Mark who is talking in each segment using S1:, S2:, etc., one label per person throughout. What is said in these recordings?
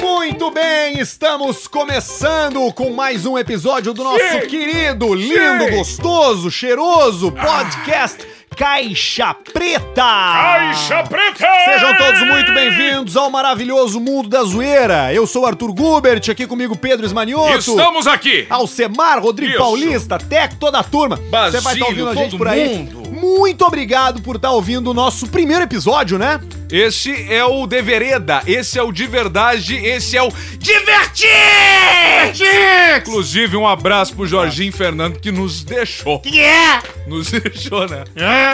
S1: Muito bem, estamos começando com mais um episódio do nosso querido, lindo, gostoso, cheiroso podcast Caixa Preta.
S2: Caixa Preta!
S1: Sejam todos muito bem-vindos ao maravilhoso mundo da zoeira. Eu sou Arthur Gubert, aqui comigo Pedro Esmanioto.
S2: Estamos aqui!
S1: Alcemar, Rodrigo
S2: Isso.
S1: Paulista, Tec, toda a turma. Você vai estar
S2: Basílio,
S1: ouvindo a gente
S2: todo
S1: por aí.
S2: mundo.
S1: Muito obrigado por estar ouvindo o nosso primeiro episódio, né?
S2: Esse é o de vereda, esse é o de verdade, esse é o divertir! Inclusive, um abraço pro Jorginho Fernando que nos deixou. Que é? Nos deixou, né?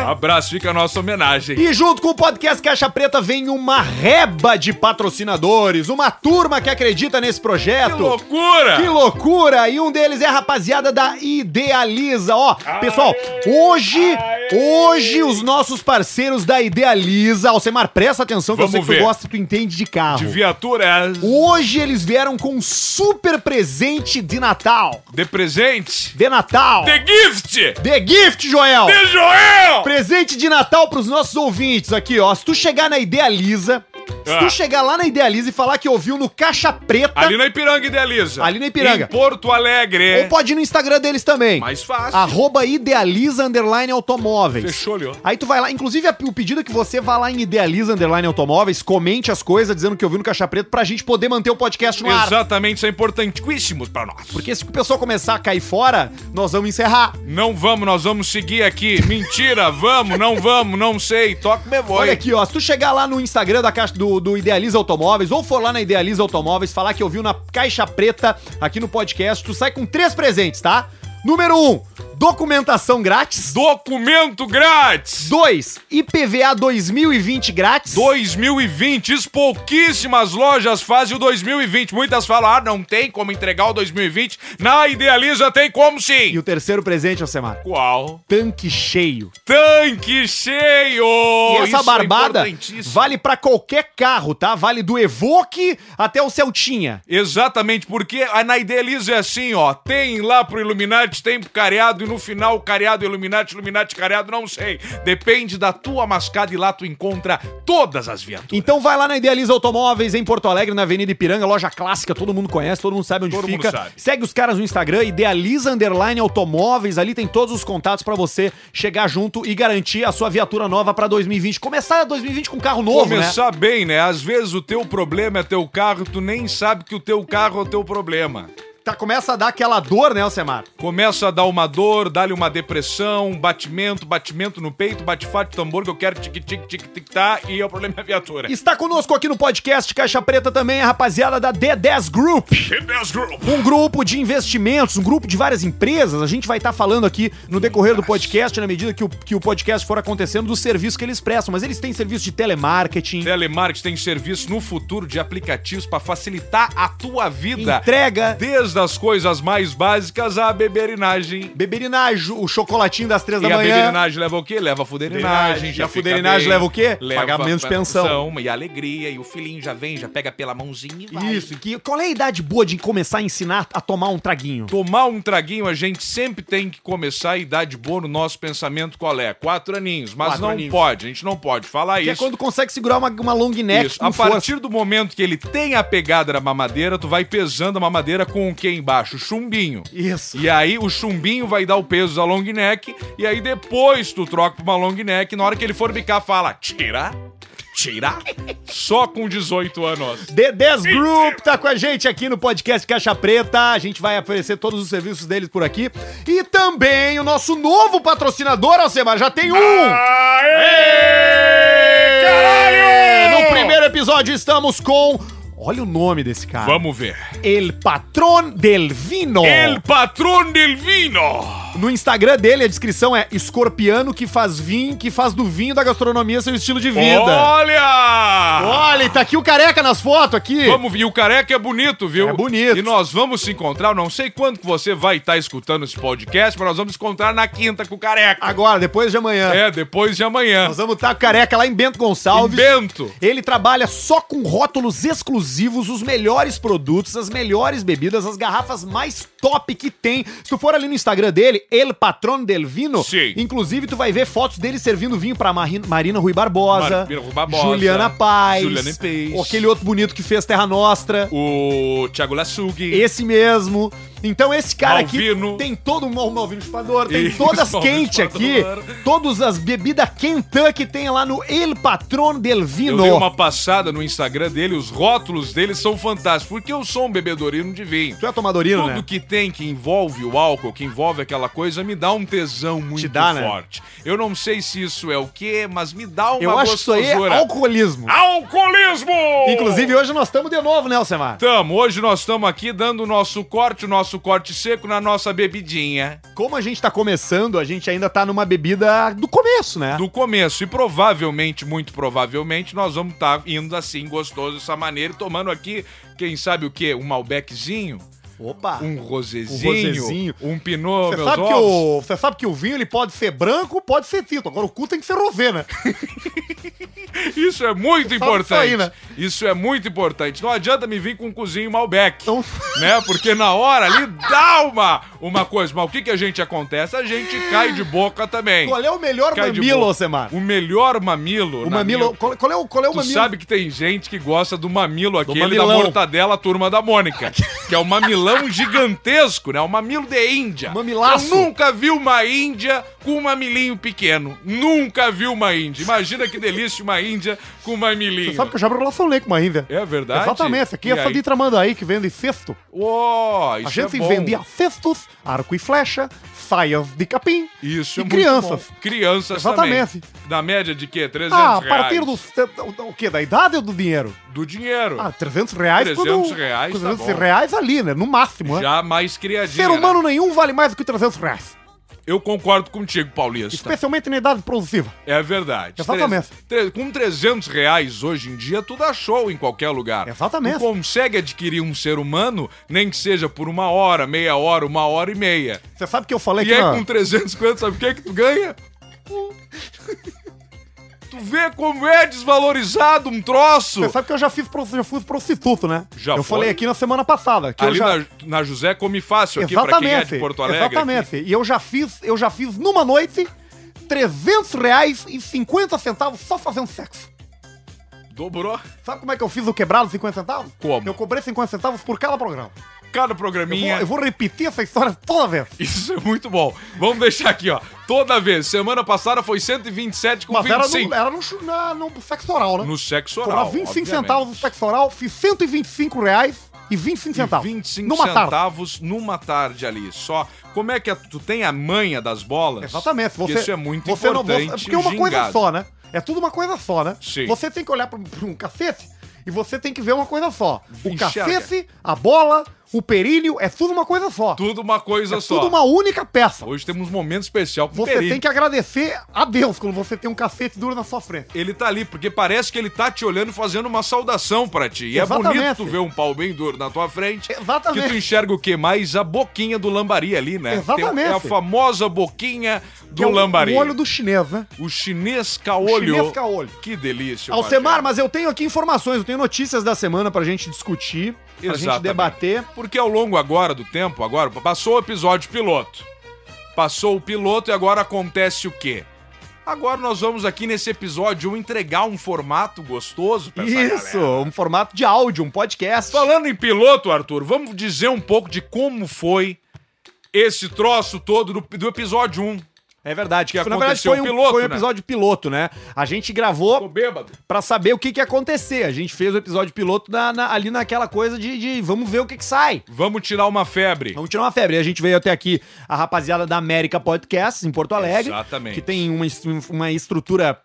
S2: Abraço, fica a nossa homenagem.
S1: E junto com o podcast Caixa Preta vem uma reba de patrocinadores, uma turma que acredita nesse projeto.
S2: Que loucura!
S1: Que loucura! E um deles é a rapaziada da Idealiza. Ó, pessoal, hoje, hoje os nossos parceiros da Idealiza, Alcemar, presta atenção que eu
S2: Vamos
S1: sei que
S2: ver.
S1: tu gosta, tu entende de carro.
S2: De viatura é
S1: Hoje eles vieram com um super presente de Natal.
S2: de presente.
S1: De Natal.
S2: The gift!
S1: The gift, Joel.
S2: De Joel!
S1: Presente de Natal pros nossos ouvintes aqui, ó. Se tu chegar na Idealiza, se
S2: Ah.
S1: tu chegar lá na Idealiza e falar que ouviu no Caixa Preta,
S2: Ali na Ipiranga, idealiza.
S1: Tá. Ali na Ipiranga.
S2: Em Porto Alegre.
S1: ou pode ir no Instagram deles também.
S2: Mais fácil.
S1: Arroba Idealiza Underline Automóveis.
S2: Fechou, Leo.
S1: Aí tu vai lá, inclusive a- o pedido é que você vá lá em Idealiza Underline Automóveis, comente as coisas dizendo que ouviu no Caixa Preta pra gente poder manter o podcast no ar.
S2: Exatamente, isso é importantíssimo pra nós.
S1: Porque se o pessoal começar a cair fora, nós vamos encerrar.
S2: Não vamos, nós vamos seguir aqui. Mentira, vamos, não vamos, não sei. Toca me
S1: Olha
S2: voz.
S1: aqui, ó. Se tu chegar lá no Instagram da caixa do, do Idealiza Automóveis ou for lá na Idealiza Automóveis, falar que ouviu na caixa preta aqui no podcast, tu sai com três presentes, tá? Número um, documentação grátis.
S2: Documento grátis.
S1: Dois, IPVA 2020 grátis.
S2: 2020, isso pouquíssimas lojas fazem o 2020. Muitas falam, ah, não tem como entregar o 2020. Na Idealiza tem como sim.
S1: E o terceiro presente, Alcemar.
S2: Qual?
S1: Tanque cheio.
S2: Tanque cheio! Isso
S1: E essa
S2: é
S1: barbada
S2: importantíssimo.
S1: vale pra qualquer carro, tá? Vale do Evoque até o Celtinha.
S2: Exatamente, porque a- na Idealiza é assim, ó. Tem lá pro Illuminati, tem pro Careado, e no final, Careado, Illuminati, Illuminati, Careado, não sei. Depende da tua mascada e lá tu encontra todas as viaturas.
S1: Então vai lá na Idealiza Automóveis em Porto Alegre, na Avenida Ipiranga, loja clássica, todo mundo conhece, todo mundo sabe onde
S2: Todo mundo
S1: fica.
S2: sabe.
S1: Segue os caras no Instagram, Idealiza Underline Automóveis, ali tem todos os contatos pra você chegar junto e garantir a sua viatura nova pra 2020. Começar 2020 com carro novo, né?
S2: Começar bem, né? Às vezes o teu problema é teu carro e tu nem sabe que o teu carro é o teu problema.
S1: Tá, começa a dar aquela dor, né, Alcemar?
S2: Começa a dar uma dor, dá-lhe uma depressão, um batimento, batimento no peito, bate-fato, tambor, que eu quero tic-tic-tic-tic-tá, e o problema é a viatura.
S1: Está conosco aqui no podcast Caixa Preta também a rapaziada da D10 Group.
S2: Fitness Group.
S1: um grupo de investimentos, um grupo de várias empresas. A gente vai estar falando aqui no decorrer do podcast, na medida que o, que o podcast for acontecendo, do serviço que eles prestam. Mas eles têm serviço de telemarketing,
S2: Telemarketing tem serviço no futuro de aplicativos para facilitar a tua vida.
S1: entrega,
S2: Desde as coisas mais básicas à beberinagem.
S1: beberinagem, o chocolatinho das três
S2: E
S1: da
S2: a
S1: manhã.
S2: beberinagem leva o quê? Leva a
S1: Beberinagem.
S2: fuderinagem.
S1: E a
S2: fica
S1: fuderinagem
S2: bem.
S1: leva o quê?
S2: Leva
S1: Pagamento de pensão.
S2: E a alegria. E o filhinho já vem, já pega pela mãozinha e vai.
S1: Isso, que qual é a idade boa de começar a ensinar a tomar um traguinho?
S2: Tomar um traguinho, a gente sempre tem que começar a idade boa no nosso pensamento qual é? Quatro aninhos. Mas
S1: Quatro
S2: não
S1: aninhos.
S2: pode, a gente não pode falar
S1: Que é
S2: isso.
S1: quando consegue segurar uma, uma long neck
S2: Isso. A partir do momento que ele tem a pegada da mamadeira, tu vai pesando a mamadeira com o que embaixo? Chumbinho.
S1: Isso.
S2: E aí o chumbinho vai dar o peso da long neck e aí depois tu troca pra uma long neck, na hora que ele for bicar fala: "Tira! Tira!" Só com 18 anos.
S1: D10 Group tá com a gente aqui no podcast Caixa Preta. A gente vai oferecer todos os serviços deles por aqui. E também o nosso novo patrocinador, Alcemar. Já tem um!
S2: Aê! Ah, Caralho!
S1: É, No primeiro episódio estamos com. Olha o nome desse cara.
S2: Vamos ver.
S1: El Patrón del Vino.
S2: El patrón del vino.
S1: No Instagram dele, a descrição é escorpiano que faz vinho, que faz do vinho da gastronomia seu estilo de vida.
S2: Olha!
S1: Olha, e tá aqui o careca nas fotos aqui.
S2: Vamos ver. E o careca é bonito, viu?
S1: É bonito.
S2: E nós vamos se encontrar. Eu não sei quando que você vai estar escutando esse podcast, mas nós vamos se encontrar na quinta com o careca.
S1: Agora, depois de amanhã.
S2: É, depois de amanhã.
S1: Ah. Nós vamos estar com o careca lá em Bento
S2: Em
S1: Gonçalves.
S2: Bento.
S1: Ele trabalha só com rótulos exclusivos, os melhores produtos, as as melhores bebidas, as garrafas mais top que tem. Se tu for ali no Instagram dele, El Patrón del Vino,
S2: Sim.
S1: inclusive tu vai ver fotos dele servindo vinho pra Marri- Marina Rui Barbosa,
S2: Marina Rui Barbosa,
S1: Juliana Paz,
S2: Juliana Paz.
S1: aquele outro bonito que fez Terra Nostra.
S2: O Thiago Lassugui.
S1: Esse mesmo. Então esse cara
S2: Malvino.
S1: aqui tem todo um mal- Malvino chupador, tem
S2: Isso,
S1: todas
S2: Malvino
S1: quentes aqui,
S2: chupador.
S1: todas as bebidas quentã que tem lá no El Patrón del
S2: Eu
S1: Vino.
S2: dei uma passada no Instagram dele, os rótulos dele são fantásticos, porque eu sou um bebedorino de vinho.
S1: Tu é tomadorino,
S2: Tudo que tem que envolve o álcool, que envolve aquela coisa, me dá um tesão muito
S1: dá, né?
S2: forte. Eu não sei se isso é o quê, mas me dá uma
S1: Eu acho que isso aí é
S2: gostosura. Ah,
S1: alcoolismo.
S2: Alcoolismo!
S1: Inclusive, hoje nós estamos de novo, né, Alcemar?
S2: Tamo, hoje nós estamos aqui dando o nosso corte, o nosso corte seco na nossa bebidinha
S1: Como a gente tá começando, a gente ainda tá numa bebida do começo, né?
S2: do começo. E provavelmente, muito provavelmente, nós vamos estar indo assim, gostoso dessa maneira, e tomando aqui, quem sabe o quê? Um Malbeczinho,
S1: Opa!
S2: um rosezinho, um,
S1: rosezinho.
S2: Pinot,
S1: Ah, Você
S2: meus
S1: sabe, que
S2: ovos.
S1: o, você sabe que o vinho ele pode ser branco, pode ser tinto. Agora o cu tem que ser rosé, né?
S2: Isso é muito
S1: Fala isso
S2: importante.
S1: aí,
S2: Isso,
S1: né?
S2: é muito importante. Não adianta me vir com um cozinho Malbec.
S1: Então-
S2: Né? Porque na hora ali dá uma, uma coisa. Mas o que, que a gente acontece? A gente cai de boca também.
S1: Qual é o melhor
S2: Cai de
S1: mamilo,
S2: boca.
S1: Alcemar?
S2: O melhor mamilo.
S1: O
S2: na
S1: mamilo.
S2: minha-
S1: Qual, qual é o, qual é o
S2: Tu
S1: mamilo?
S2: sabe que tem gente que gosta do mamilo aquele da
S1: mamilão.
S2: mortadela turma da Mônica. que é um mamilão gigantesco, né? Um mamilo de Índia.
S1: Mamilaço.
S2: Eu nunca vi uma Índia com um mamilinho pequeno. Nunca vi uma Índia. Imagina que delícia uma Índia com um mamilinho.
S1: Você sabe que eu já abro relação lei com uma Índia.
S2: É verdade.
S1: Exatamente, essa aqui é
S2: E
S1: essa
S2: aí?
S1: Ditra manda aí que vende cesto.
S2: Ó, isso
S1: A gente
S2: é bom.
S1: vendia cestos, arco e flecha, saias de capim.
S2: Isso
S1: e
S2: é muito
S1: crianças.
S2: bom. Crianças
S1: Exatamente.
S2: também. Na média de quê? 300
S1: Ah, a
S2: reais.
S1: partir dos. O quê? Da idade ou do dinheiro?
S2: Do dinheiro.
S1: Ah, 300 reais
S2: 300 reais, tá
S1: 300
S2: bom.
S1: reais ali, né? No máximo, né?
S2: Já mais criadinha.
S1: Ser
S2: né?
S1: humano nenhum vale mais do que 300 reais.
S2: Eu concordo contigo, Paulista.
S1: Especialmente na idade produtiva.
S2: É verdade.
S1: Exatamente.
S2: Tre- tre- Com 300 reais hoje em dia, tu dá show em qualquer lugar.
S1: Exatamente.
S2: Tu consegue adquirir um ser humano, nem que seja por uma hora, meia hora, uma hora e meia.
S1: Você sabe que eu falei
S2: E
S1: que.
S2: aí
S1: na-
S2: com 350, sabe o que é que tu ganha? tu vê como é desvalorizado um troço.
S1: Você sabe que eu já fiz pro- já fui prostituto, né?
S2: Já
S1: eu
S2: foi?
S1: falei aqui na semana passada. Que eu
S2: Ali
S1: já...
S2: na, na José Come Fácil, aqui pra quem é de Porto Alegre. aqui.
S1: Exatamente. E eu já fiz, eu já fiz numa noite 300 reais e 50 centavos só fazendo sexo.
S2: Dobrou
S1: Sabe como é que eu fiz o quebrado 50 centavos?
S2: Como?
S1: Eu cobrei 50 centavos por cada programa.
S2: cada
S1: Eu vou,
S2: programinha.
S1: eu vou repetir essa história toda vez.
S2: Isso é muito bom. Vamos deixar aqui, ó. Toda vez. Semana passada foi 127 com
S1: Mas era,
S2: 25.
S1: no, era no, chu- na- no sexo oral, né?
S2: No sexo
S1: Cobrava
S2: oral.
S1: 25
S2: obviamente.
S1: centavos no sexo oral, fiz 125 reais e 25 centavos.
S2: 25
S1: numa tarde.
S2: centavos numa tarde ali, só. Como é que é? tu tem a manha das bolas?
S1: Exatamente.
S2: Porque
S1: Você,
S2: Isso é muito
S1: você não-
S2: importante.
S1: você- porque é uma coisa
S2: gingado.
S1: só, né? É tudo uma coisa só, né?
S2: Sim.
S1: Você tem que olhar pra, pra um cacete e você tem que ver uma coisa só. O
S2: Enxerga.
S1: cacete, a bola, o períneo, é tudo uma coisa só.
S2: Tudo uma coisa
S1: é
S2: só.
S1: tudo uma única peça.
S2: Hoje temos um momento especial com o
S1: Você
S2: Perini.
S1: tem que agradecer a Deus quando você tem um cacete duro na sua frente.
S2: Ele tá ali, porque parece que ele tá te olhando e fazendo uma saudação pra ti. E
S1: Exatamente.
S2: é bonito tu ver um pau bem duro na tua frente.
S1: Exatamente.
S2: Que tu enxerga o quê? Mais a boquinha do lambari ali, né?
S1: Exatamente.
S2: Tem- é a famosa boquinha do
S1: Que é o-
S2: lambari.
S1: O olho do chinês, né?
S2: O chinês caolho.
S1: O chinês caolho.
S2: Que delícia. Marcelo.
S1: Alcemar, mas eu tenho aqui informações, eu tenho notícias da semana pra gente discutir, pra gente
S2: Exatamente.
S1: debater.
S2: Porque ao longo agora do tempo, agora, passou o episódio piloto. Passou o piloto e agora acontece o quê? Agora nós vamos aqui nesse episódio entregar um formato gostoso pra essa
S1: Isso,
S2: galera.
S1: um formato de áudio, um podcast.
S2: Falando em piloto, Arthur, vamos dizer um pouco de como foi esse troço todo do, do episódio 1.
S1: É verdade,
S2: Que
S1: que na verdade
S2: aconteceu
S1: foi um,
S2: piloto,
S1: foi um
S2: né?
S1: episódio piloto, né? A gente
S2: Tô
S1: gravou
S2: bêbado.
S1: pra saber o que, que ia acontecer. A gente fez o episódio piloto na- na- ali naquela coisa de, de vamos ver o que, que sai.
S2: Vamos tirar uma febre.
S1: Vamos tirar uma febre. E a gente veio até aqui a rapaziada da América Podcasts em Porto Alegre.
S2: Exatamente.
S1: Que tem uma, est- uma estrutura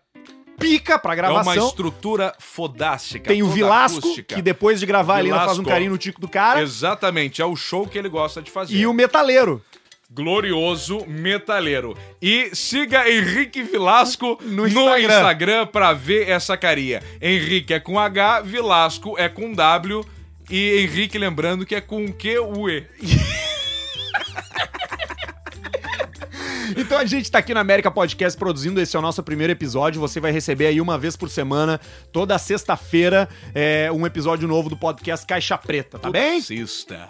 S1: pica pra
S2: É uma
S1: gravação.
S2: estrutura fodástica.
S1: tem o
S2: toda
S1: Vilasco,
S2: acústica.
S1: que depois de gravar ele ainda faz um
S2: Vilasco.
S1: carinho no tico do cara.
S2: Exatamente, é o show que ele gosta de fazer.
S1: E o Metaleiro.
S2: glorioso metaleiro. E siga Henrique Vilasco
S1: No
S2: no,
S1: Instagram.
S2: Instagram. pra ver essa carinha. Henrique é com H, Vilasco é com W e Henrique lembrando que é com Q U E.
S1: Então a gente tá aqui na América Podcast produzindo. Esse é o nosso primeiro episódio. Você vai receber aí uma vez por semana, toda sexta-feira, é, um episódio novo do podcast Caixa Preta, tá bem?
S2: Sexta.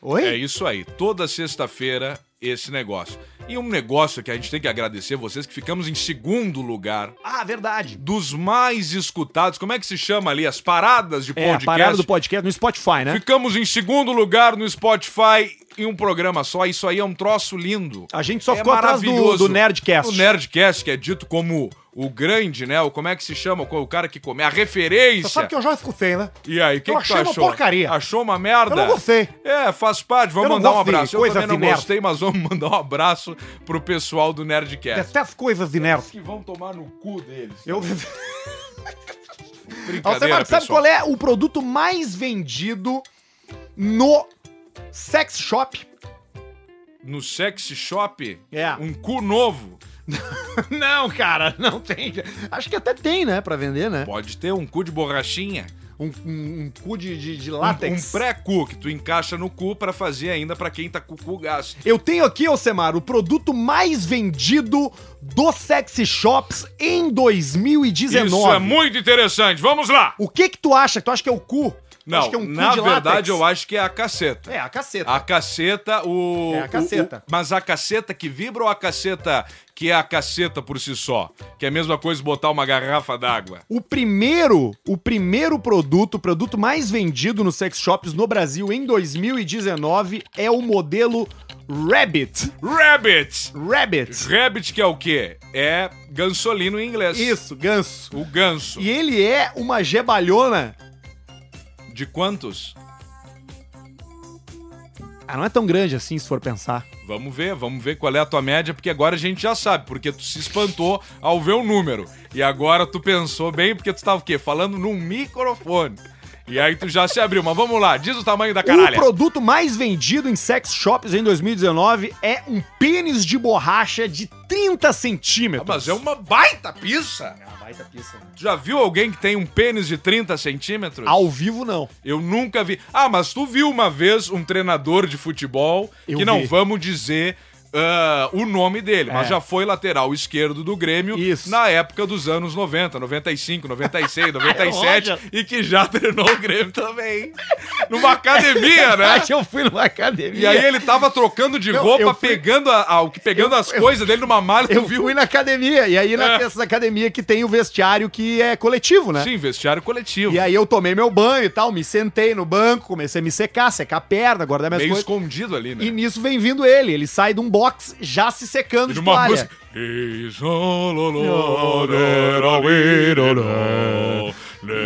S1: Oi?
S2: É isso aí. Toda sexta-feira, esse negócio. E um negócio que a gente tem que agradecer vocês, que ficamos em segundo lugar
S1: Ah, verdade.
S2: dos mais escutados. Como é que se chama ali? As paradas de
S1: É, a
S2: podcast.
S1: parada do podcast no Spotify, né?
S2: Ficamos em segundo lugar no Spotify em um programa só. Isso aí é um troço lindo.
S1: A gente só
S2: É
S1: ficou atrás do,
S2: maravilhoso.
S1: do Nerdcast.
S2: O Nerdcast, que é dito como o grande, né? O, como é que se chama? O cara que come. A referência.
S1: eu já fico feio, né?
S2: E aí, o que,
S1: Eu
S2: que tu
S1: achei uma
S2: achou?
S1: porcaria.
S2: Achou uma merda?
S1: Eu não gostei.
S2: É, faz parte. Vamos
S1: Eu não
S2: mandar um
S1: gosto de
S2: abraço. Eu
S1: coisa
S2: também não
S1: finera.
S2: gostei, mas vamos mandar um abraço pro pessoal do Nerdcast.
S1: Detesto coisas de nerd.
S2: Que vão tomar no cu deles.
S1: Eu...
S2: Brincadeira,
S1: Alcemar, sabe
S2: pessoal.
S1: qual é o produto mais vendido no sex shop?
S2: No sexy shop,
S1: É.
S2: um cu novo.
S1: Não, cara, não tem. Acho que até tem, né, pra vender, né?
S2: Pode ter um cu de borrachinha.
S1: Um, um- um cu de, de, de
S2: Um
S1: látex.
S2: pré-cu que tu encaixa no cu pra fazer ainda pra quem tá com o cu gasto.
S1: Eu tenho aqui, Alcemar, o produto mais vendido dos sexy shops em 2019.
S2: Isso é muito interessante. Vamos lá.
S1: O que que tu acha? Tu acha que é o cu? Tu acha
S2: Não,
S1: que é um cu
S2: na
S1: de
S2: verdade
S1: látex?
S2: eu acho que é a caceta.
S1: É, a caceta.
S2: A caceta, o.
S1: É a caceta.
S2: o- o- mas a caceta que vibra ou a caceta que é a caceta por si só? Que é a mesma coisa botar uma garrafa d'água.
S1: O primeiro, o primeiro produto, o produto mais vendido nos sex shops no Brasil em 2019 é o modelo Rabbit.
S2: Rabbit!
S1: Rabbit.
S2: Rabbit que é o quê? É gansolino em inglês.
S1: Isso, ganso.
S2: O ganso.
S1: E ele é uma gebalhona.
S2: De quantos?
S1: Ah, não é tão grande assim, se for pensar.
S2: Vamos ver, vamos ver qual é a tua média, porque agora a gente já sabe, porque tu se espantou ao ver o número. E agora tu pensou bem, porque tu tava o quê? Falando num microfone. E aí tu já se abriu, mas vamos lá, diz o tamanho da
S1: O
S2: caralha.
S1: produto mais vendido em sex shops em 2019 é um pênis de borracha de 30
S2: Ah, é um
S1: centímetros.
S2: Mas é uma baita pizza!
S1: uma baita pista, né?
S2: Tu já viu alguém que tem um pênis de 30 centímetros?
S1: Ao vivo, não.
S2: Eu nunca vi. Ah, mas tu viu uma vez um treinador de futebol,
S1: Eu
S2: que não
S1: vi.
S2: vamos dizer ah, o nome dele, mas
S1: É.
S2: já foi lateral esquerdo do Grêmio
S1: Isso.
S2: na época dos anos 90, 95, 96, 97,
S1: Roger.
S2: e que já treinou o Grêmio também. Numa academia, né?
S1: Acho que eu fui numa academia.
S2: E aí ele tava trocando de
S1: Eu-
S2: roupa,
S1: eu fui-
S2: pegando, a, a- o que- pegando as coisas dele numa mala, tu
S1: Eu
S2: viu?
S1: fui na academia, e aí na
S2: Então- É.
S1: nessa academia que tem o vestiário que é coletivo, né?
S2: Sim, vestiário coletivo.
S1: E aí eu tomei meu banho e tal, me sentei no banco, comecei a me secar, secar a perna, guardar minhas
S2: Meio
S1: coisas.
S2: escondido ali, né?
S1: E nisso vem vindo ele, ele sai de um box já se secando
S2: de
S1: de
S2: uma
S1: toalha.
S2: música. He's all alone and I wait alone.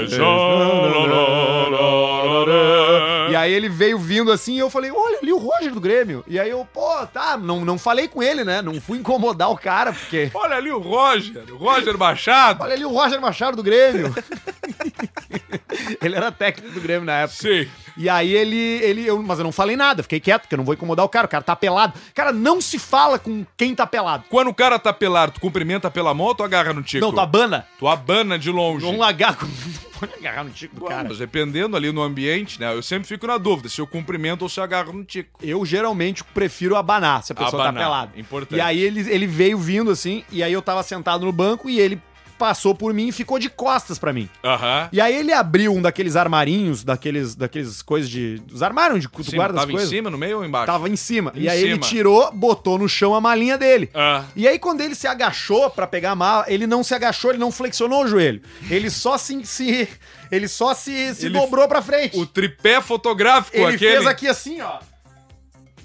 S2: He's all alone.
S1: E aí ele veio vindo assim e eu falei, olha ali o Roger do Grêmio. E aí eu, pô, tá, não, não falei com ele, né? Não fui incomodar o cara, porque...
S2: Olha ali o Roger, o Roger Machado.
S1: Olha ali o Roger Machado do Grêmio. ele era técnico do Grêmio na época.
S2: Sim.
S1: E aí ele, ele eu, mas eu não falei nada, fiquei quieto, porque eu não vou incomodar o cara, o cara tá pelado. Cara, não se fala com quem tá pelado.
S2: Quando o cara tá pelado, tu cumprimenta pela mão ou tu agarra no tico?
S1: Não, tá- tu abana.
S2: Tu abana de longe.
S1: Não agarra, não pode agarrar no tico do
S2: Bom,
S1: cara.
S2: mas dependendo ali no ambiente, né? Eu sempre fico na dúvida se eu cumprimento ou se eu agarro no tico.
S1: Eu geralmente prefiro abanar se a pessoa
S2: Abanar,
S1: tá pelada.
S2: importante.
S1: E aí ele, ele veio vindo assim, e aí eu tava sentado no banco e ele passou por mim e ficou de costas pra mim.
S2: Aham.
S1: E aí ele abriu um daqueles armarinhos, daqueles, daqueles coisas de. Os armários de tu
S2: Sim,
S1: guarda as
S2: Tava em
S1: coisas.
S2: cima, no meio ou embaixo?
S1: Tava em cima.
S2: Em
S1: e aí ele
S2: cima.
S1: tirou, botou no chão a malinha dele.
S2: Ah.
S1: E aí, quando ele se agachou pra pegar a mala, ele não se agachou, ele não flexionou o joelho. Ele só se. se- ele só se, se
S2: Ele-
S1: dobrou pra frente.
S2: O tripé fotográfico
S1: ele
S2: aquele.
S1: fez aqui assim, ó.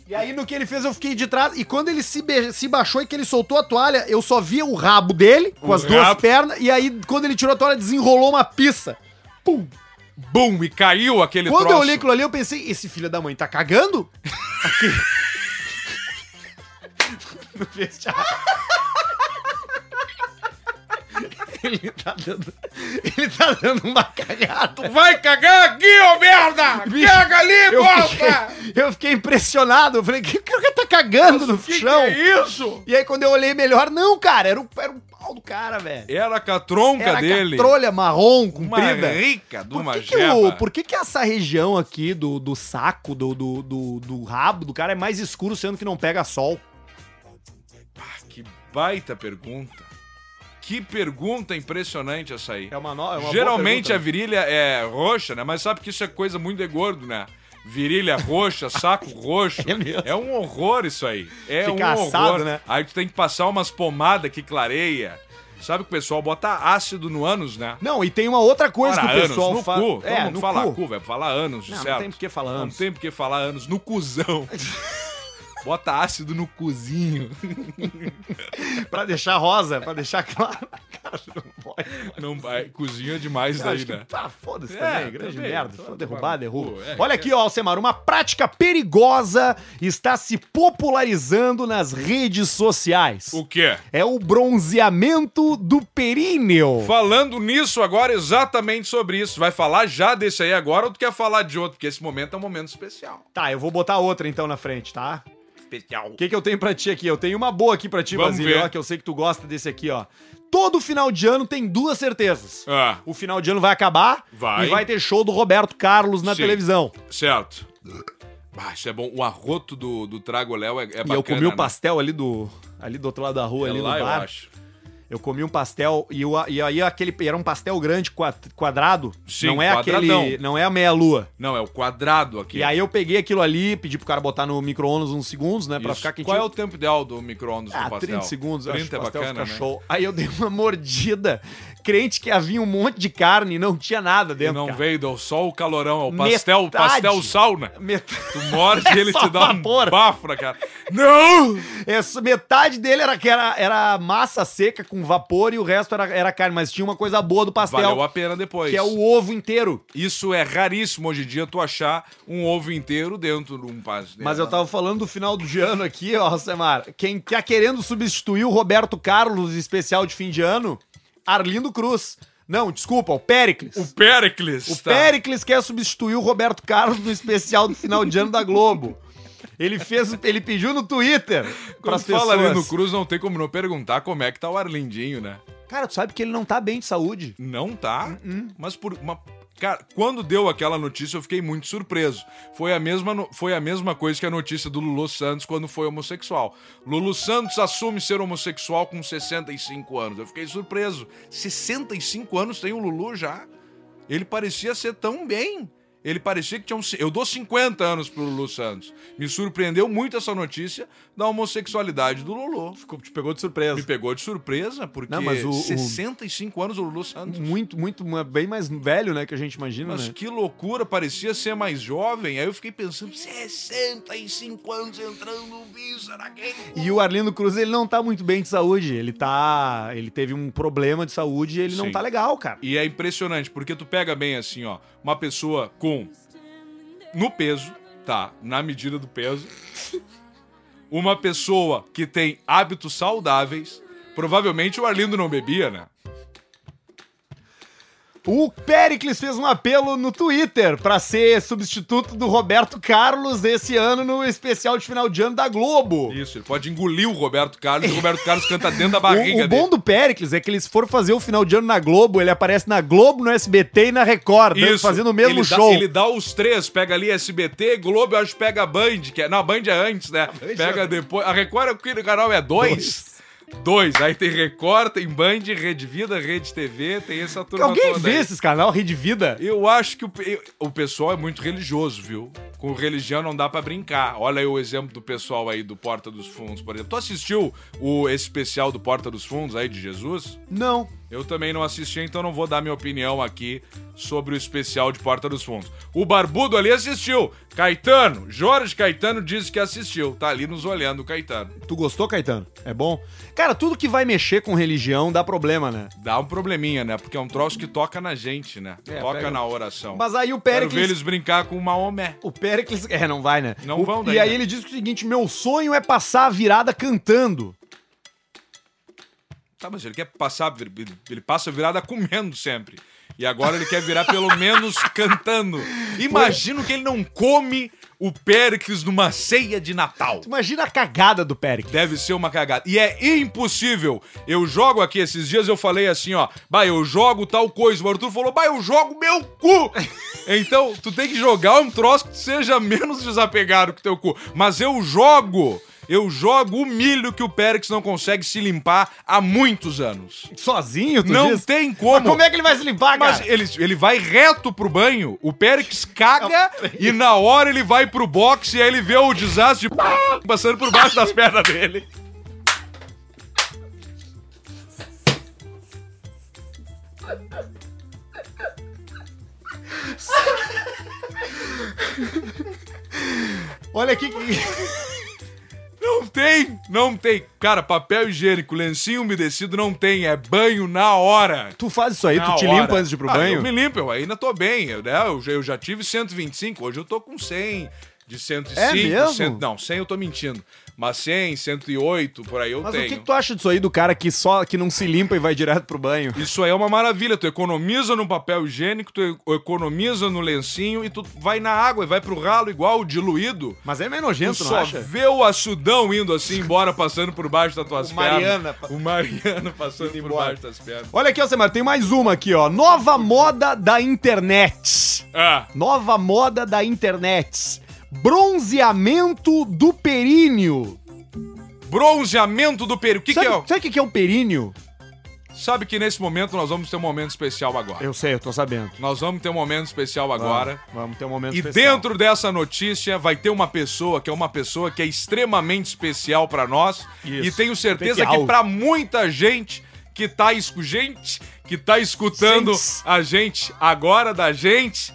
S1: E aí, no que ele fez, eu fiquei de trás. E quando ele se, be- se baixou e que ele soltou a toalha, eu só via o rabo dele, com
S2: O
S1: as duas
S2: rabo.
S1: pernas. E aí, quando ele tirou a toalha, desenrolou uma pista. Pum!
S2: Bum, e caiu aquele
S1: Quando eu
S2: troço.
S1: olhei aquilo ali, eu pensei, esse filho da mãe tá cagando? Aqui. no vestiário. Ele tá dando. Ele tá dando uma cagada.
S2: Vai cagar aqui, ô merda!
S1: Bicho,
S2: Caga ali,
S1: Eu
S2: bosta!
S1: fiquei, eu fiquei impressionado. Eu falei, que o cara tá cagando no
S2: Que que
S1: chão?
S2: é isso?
S1: e aí, quando eu olhei melhor, não, cara, era o, era o pau do cara, velho.
S2: Era com a tronca
S1: Era
S2: dele.
S1: a trolha marrom,
S2: uma
S1: comprida.
S2: rica de uma
S1: Por que, que
S2: gema.
S1: o- por que que essa região aqui do, do saco, do, do, do, do rabo do cara é mais escuro, sendo que não pega sol?
S2: Ah, que Baita pergunta. Que pergunta impressionante essa aí.
S1: É uma no- é uma boa
S2: Geralmente
S1: pergunta,
S2: a virilha é roxa, né? Mas sabe que isso é coisa muito de gordo, né? Virilha roxa, saco roxo.
S1: É mesmo.
S2: um horror isso aí. É
S1: Fica
S2: um
S1: assado,
S2: horror.
S1: né?
S2: Aí tu tem que passar umas pomadas que clareia. Sabe que o pessoal bota ácido no ânus, né?
S1: Não, e tem uma outra coisa
S2: Ora,
S1: que o pessoal
S2: anos, no
S1: fala.
S2: cu. Todo
S1: É,
S2: mundo
S1: no
S2: fala
S1: cu.
S2: cu, velho. Fala anos, de
S1: Não, não
S2: certo?
S1: tem por que falar anos.
S2: Não tem por que falar anos. No cuzão. Bota ácido no cuzinho.
S1: Pra deixar rosa, pra deixar claro. Cara, não pode.
S2: Não vai. Cozinha é demais
S1: Eu
S2: daí,
S1: acho que,
S2: né?
S1: ah, foda-se
S2: É,
S1: também, grande
S2: também,
S1: merda.
S2: só
S1: Foda
S2: tomar
S1: derrubar,
S2: no
S1: derruba.
S2: cu, é.
S1: Olha aqui, ó, Alcemar, uma prática perigosa está se popularizando nas redes sociais.
S2: O quê?
S1: É o bronzeamento do períneo.
S2: Falando nisso agora, exatamente sobre isso. Vai falar já desse aí agora ou tu quer falar de outro? Porque esse momento é um momento especial.
S1: Tá, eu vou botar outra então na frente, tá?
S2: Especial.
S1: O que, que eu tenho pra ti aqui? Eu tenho uma boa aqui pra ti,
S2: Vamos
S1: Basílio,
S2: ver.
S1: ó, que eu sei que tu gosta desse aqui, ó. Todo final de ano tem duas certezas.
S2: Ah,
S1: O final de ano vai acabar
S2: Vai.
S1: e vai ter show do Roberto Carlos na
S2: Sim.
S1: televisão.
S2: certo. Ah, isso é bom. O arroto do, do Trago Léo é, é bacana.
S1: e eu comi
S2: né?
S1: um pastel ali do ali do outro lado da rua,
S2: É
S1: ali
S2: lá,
S1: no
S2: eu
S1: bar.
S2: acho.
S1: Eu comi um pastel e, o- e aí aquele era um pastel grande qua- quadrado,
S2: Sim,
S1: não é
S2: quadradão.
S1: aquele, não é a meia lua.
S2: Não, é o quadrado aqui.
S1: E aí eu peguei aquilo ali, pedi pro cara botar no micro-ondas uns segundos, né, pra
S2: Isso.
S1: ficar quentinho.
S2: Qual é o tempo ideal do micro-ondas
S1: Ah,
S2: do pastel?
S1: 30 segundos,
S2: 30
S1: eu acho que
S2: é
S1: o pastel
S2: bacana,
S1: fica
S2: né?
S1: show. Aí eu dei uma mordida, crente que havia um monte de carne e não tinha nada
S2: E
S1: dentro,
S2: não
S1: cara.
S2: veio, deu só o calorão, é o pastel, o
S1: Metade.
S2: pastel sauna.
S1: Met-
S2: Tu morde
S1: É
S2: ele
S1: só
S2: te dá um
S1: vapor.
S2: bafo na cara. Não!
S1: Essa- metade dele era, que era, era massa seca com vapor e o resto era, era carne, mas tinha uma coisa boa do pastel,
S2: Valeu a pena depois.
S1: que é o ovo inteiro.
S2: Isso é raríssimo hoje em dia tu achar um ovo inteiro dentro de um pastel.
S1: Mas eu tava falando do final do ano aqui, ó, Semar. Quem tá querendo substituir o Roberto Carlos especial de fim de ano? Arlindo Cruz. Não, desculpa, o Péricles.
S2: O Pericles. tá?
S1: O Péricles quer substituir o Roberto Carlos no especial do final de ano da Globo. Ele fez, ele pediu no Twitter
S2: Quando
S1: para
S2: fala
S1: pessoas.
S2: ali no Cruz, não tem como não perguntar como é que tá o Arlindinho, né?
S1: Cara, tu sabe que ele não tá bem de saúde.
S2: Não tá,
S1: Uh-uh.
S2: mas por uma... Cara, quando deu aquela notícia, eu fiquei muito surpreso. Foi a mesma, no- foi a mesma coisa que a notícia do Lulu Santos quando foi homossexual. Lulu Santos assume ser homossexual com 65 anos. Eu fiquei surpreso. 65 anos tem o Lulu já? Ele parecia ser tão bem. Ele parecia que tinha uns... Eu dou 50 anos pro Lulu Santos. Me surpreendeu muito essa notícia da homossexualidade do Lulu.
S1: Ficou, te pegou de
S2: Me
S1: surpresa.
S2: pegou de surpresa, porque
S1: Não, mas o- o-
S2: 65 anos o Lulu Santos.
S1: Muito, muito, bem mais velho, né, que a gente imagina,
S2: Mas
S1: né?
S2: que loucura, parecia ser mais jovem. Aí eu fiquei pensando, 65 anos entrando no bicho, será que é?
S1: E o Arlindo Cruz, ele não tá muito bem de saúde. Ele tá. Ele teve um problema de saúde e ele
S2: Sim.
S1: não tá legal, cara.
S2: E é impressionante, porque tu pega bem assim, ó, uma pessoa com no peso, tá, na medida do peso, uma pessoa que tem hábitos saudáveis, provavelmente o Arlindo não bebia, né?
S1: O Pericles fez um apelo no Twitter pra ser substituto do Roberto Carlos esse ano no especial de final de ano da Globo.
S2: Isso, ele pode engolir o Roberto Carlos, e o Roberto Carlos canta dentro da
S1: O,
S2: barriga
S1: o bom
S2: dele.
S1: do Péricles é que eles foram fazer o final de ano na Globo, ele aparece na Globo, no SBT e na Record, Tá dando- fazendo o mesmo
S2: ele
S1: show.
S2: Dá, ele dá os três, pega ali SBT, Globo, eu acho que pega a Band, que é. Não, a Band é antes, né?
S1: Band
S2: Pega
S1: é-
S2: depois. A Record, é o que no canal é dois. dois. Aí tem Record, tem Band, Rede Vida, Rede TV, tem essa turma
S1: Alguém
S2: toda
S1: vê
S2: aí.
S1: esses canal Rede Vida?
S2: Eu acho que o, pe- o pessoal é muito religioso, viu? Com religião não dá pra brincar. Olha aí o exemplo do pessoal aí do Porta dos Fundos, por exemplo. Tu assistiu o esse especial do Porta dos Fundos aí de Jesus?
S1: Não.
S2: Eu também não assisti, então não vou dar minha opinião aqui sobre o especial de Porta dos Fundos. O Barbudo ali assistiu. Caetano, Jorge Caetano disse que assistiu. Tá ali nos olhando o Caetano.
S1: Tu gostou, Caetano? É bom? Cara, tudo que vai mexer com religião dá problema, né?
S2: Dá um probleminha, né? Porque é um troço que toca na gente, né?
S1: É,
S2: toca
S1: pega-
S2: na oração.
S1: Mas aí o
S2: Quero ver
S1: Péricles...
S2: eles brincar com o Maomé.
S1: O Péricles... É, não vai, né?
S2: Não
S1: O-
S2: vão daí,
S1: E aí
S2: né?
S1: ele diz o seguinte, meu sonho é passar a virada cantando.
S2: Tá, mas ele quer passar, vir- ele- ele passa virada comendo sempre. E agora ele quer virar pelo menos cantando. Imagino que ele não come o Péricles numa ceia de Natal.
S1: Tu Imagina a cagada do Péricles.
S2: Deve ser uma cagada. E é impossível. Eu jogo aqui, esses dias eu falei assim, ó. Bah, eu jogo tal coisa. O Arthur falou, bah, eu jogo meu cu. Então, tu tem que jogar um troço que seja menos desapegado que teu cu. Mas eu jogo. eu jogo o milho que o Périx não consegue se limpar há muitos anos.
S1: Sozinho, tu
S2: Não
S1: diz?
S2: tem como.
S1: Mas como é que ele vai se limpar,
S2: Mas
S1: cara?
S2: ele, ele vai reto pro banho, o Périx caga e na hora ele vai pro boxe e aí ele vê o desastre de passando por baixo das pernas dele.
S1: Olha aqui que...
S2: Não tem, não tem. Cara, papel higiênico, lencinho umedecido não tem, é banho na hora.
S1: Tu faz isso aí,
S2: Na
S1: tu te
S2: hora.
S1: limpa antes de ir pro
S2: Ah,
S1: banho?
S2: Eu me limpo, eu ainda tô bem, eu, né? Eu, já- eu já tive 125, hoje eu tô com 100. De 105,
S1: É mesmo?
S2: 100 não, 100 eu tô mentindo. Mas 100, 108, por aí eu
S1: Mas
S2: tenho.
S1: o que, que tu acha disso aí do cara que só que não se limpa e vai direto pro banho?
S2: Isso aí é uma maravilha. Tu economiza no papel higiênico, tu e- economiza no lencinho e tu vai na água e vai pro ralo igual o diluído.
S1: Mas é meio
S2: Tu
S1: nojento, não
S2: só
S1: acha?
S2: vê o açudão indo assim embora, passando por baixo das tuas
S1: O
S2: pernas.
S1: Mariana pa-
S2: O Mariana passando por
S1: embora.
S2: baixo das pernas.
S1: Olha aqui, ó, Semar, tem mais uma aqui, ó. Nova moda da internet.
S2: Ah,
S1: Nova moda da internet. Bronzeamento do períneo.
S2: bronzeamento do peri. O que, que
S1: sabe,
S2: é?
S1: sabe o
S2: o-
S1: que, que é o períneo?
S2: Sabe que nesse momento nós vamos ter um momento especial agora.
S1: Eu sei, eu tô sabendo.
S2: Nós vamos ter um momento especial agora.
S1: Vamos, vamos ter um momento
S2: E
S1: especial.
S2: dentro dessa notícia vai ter uma pessoa que é uma pessoa que é extremamente especial pra nós
S1: Isso.
S2: e tenho certeza
S1: Especial.
S2: que pra muita gente que tá escu gente que tá escutando
S1: Gente.
S2: a gente agora da gente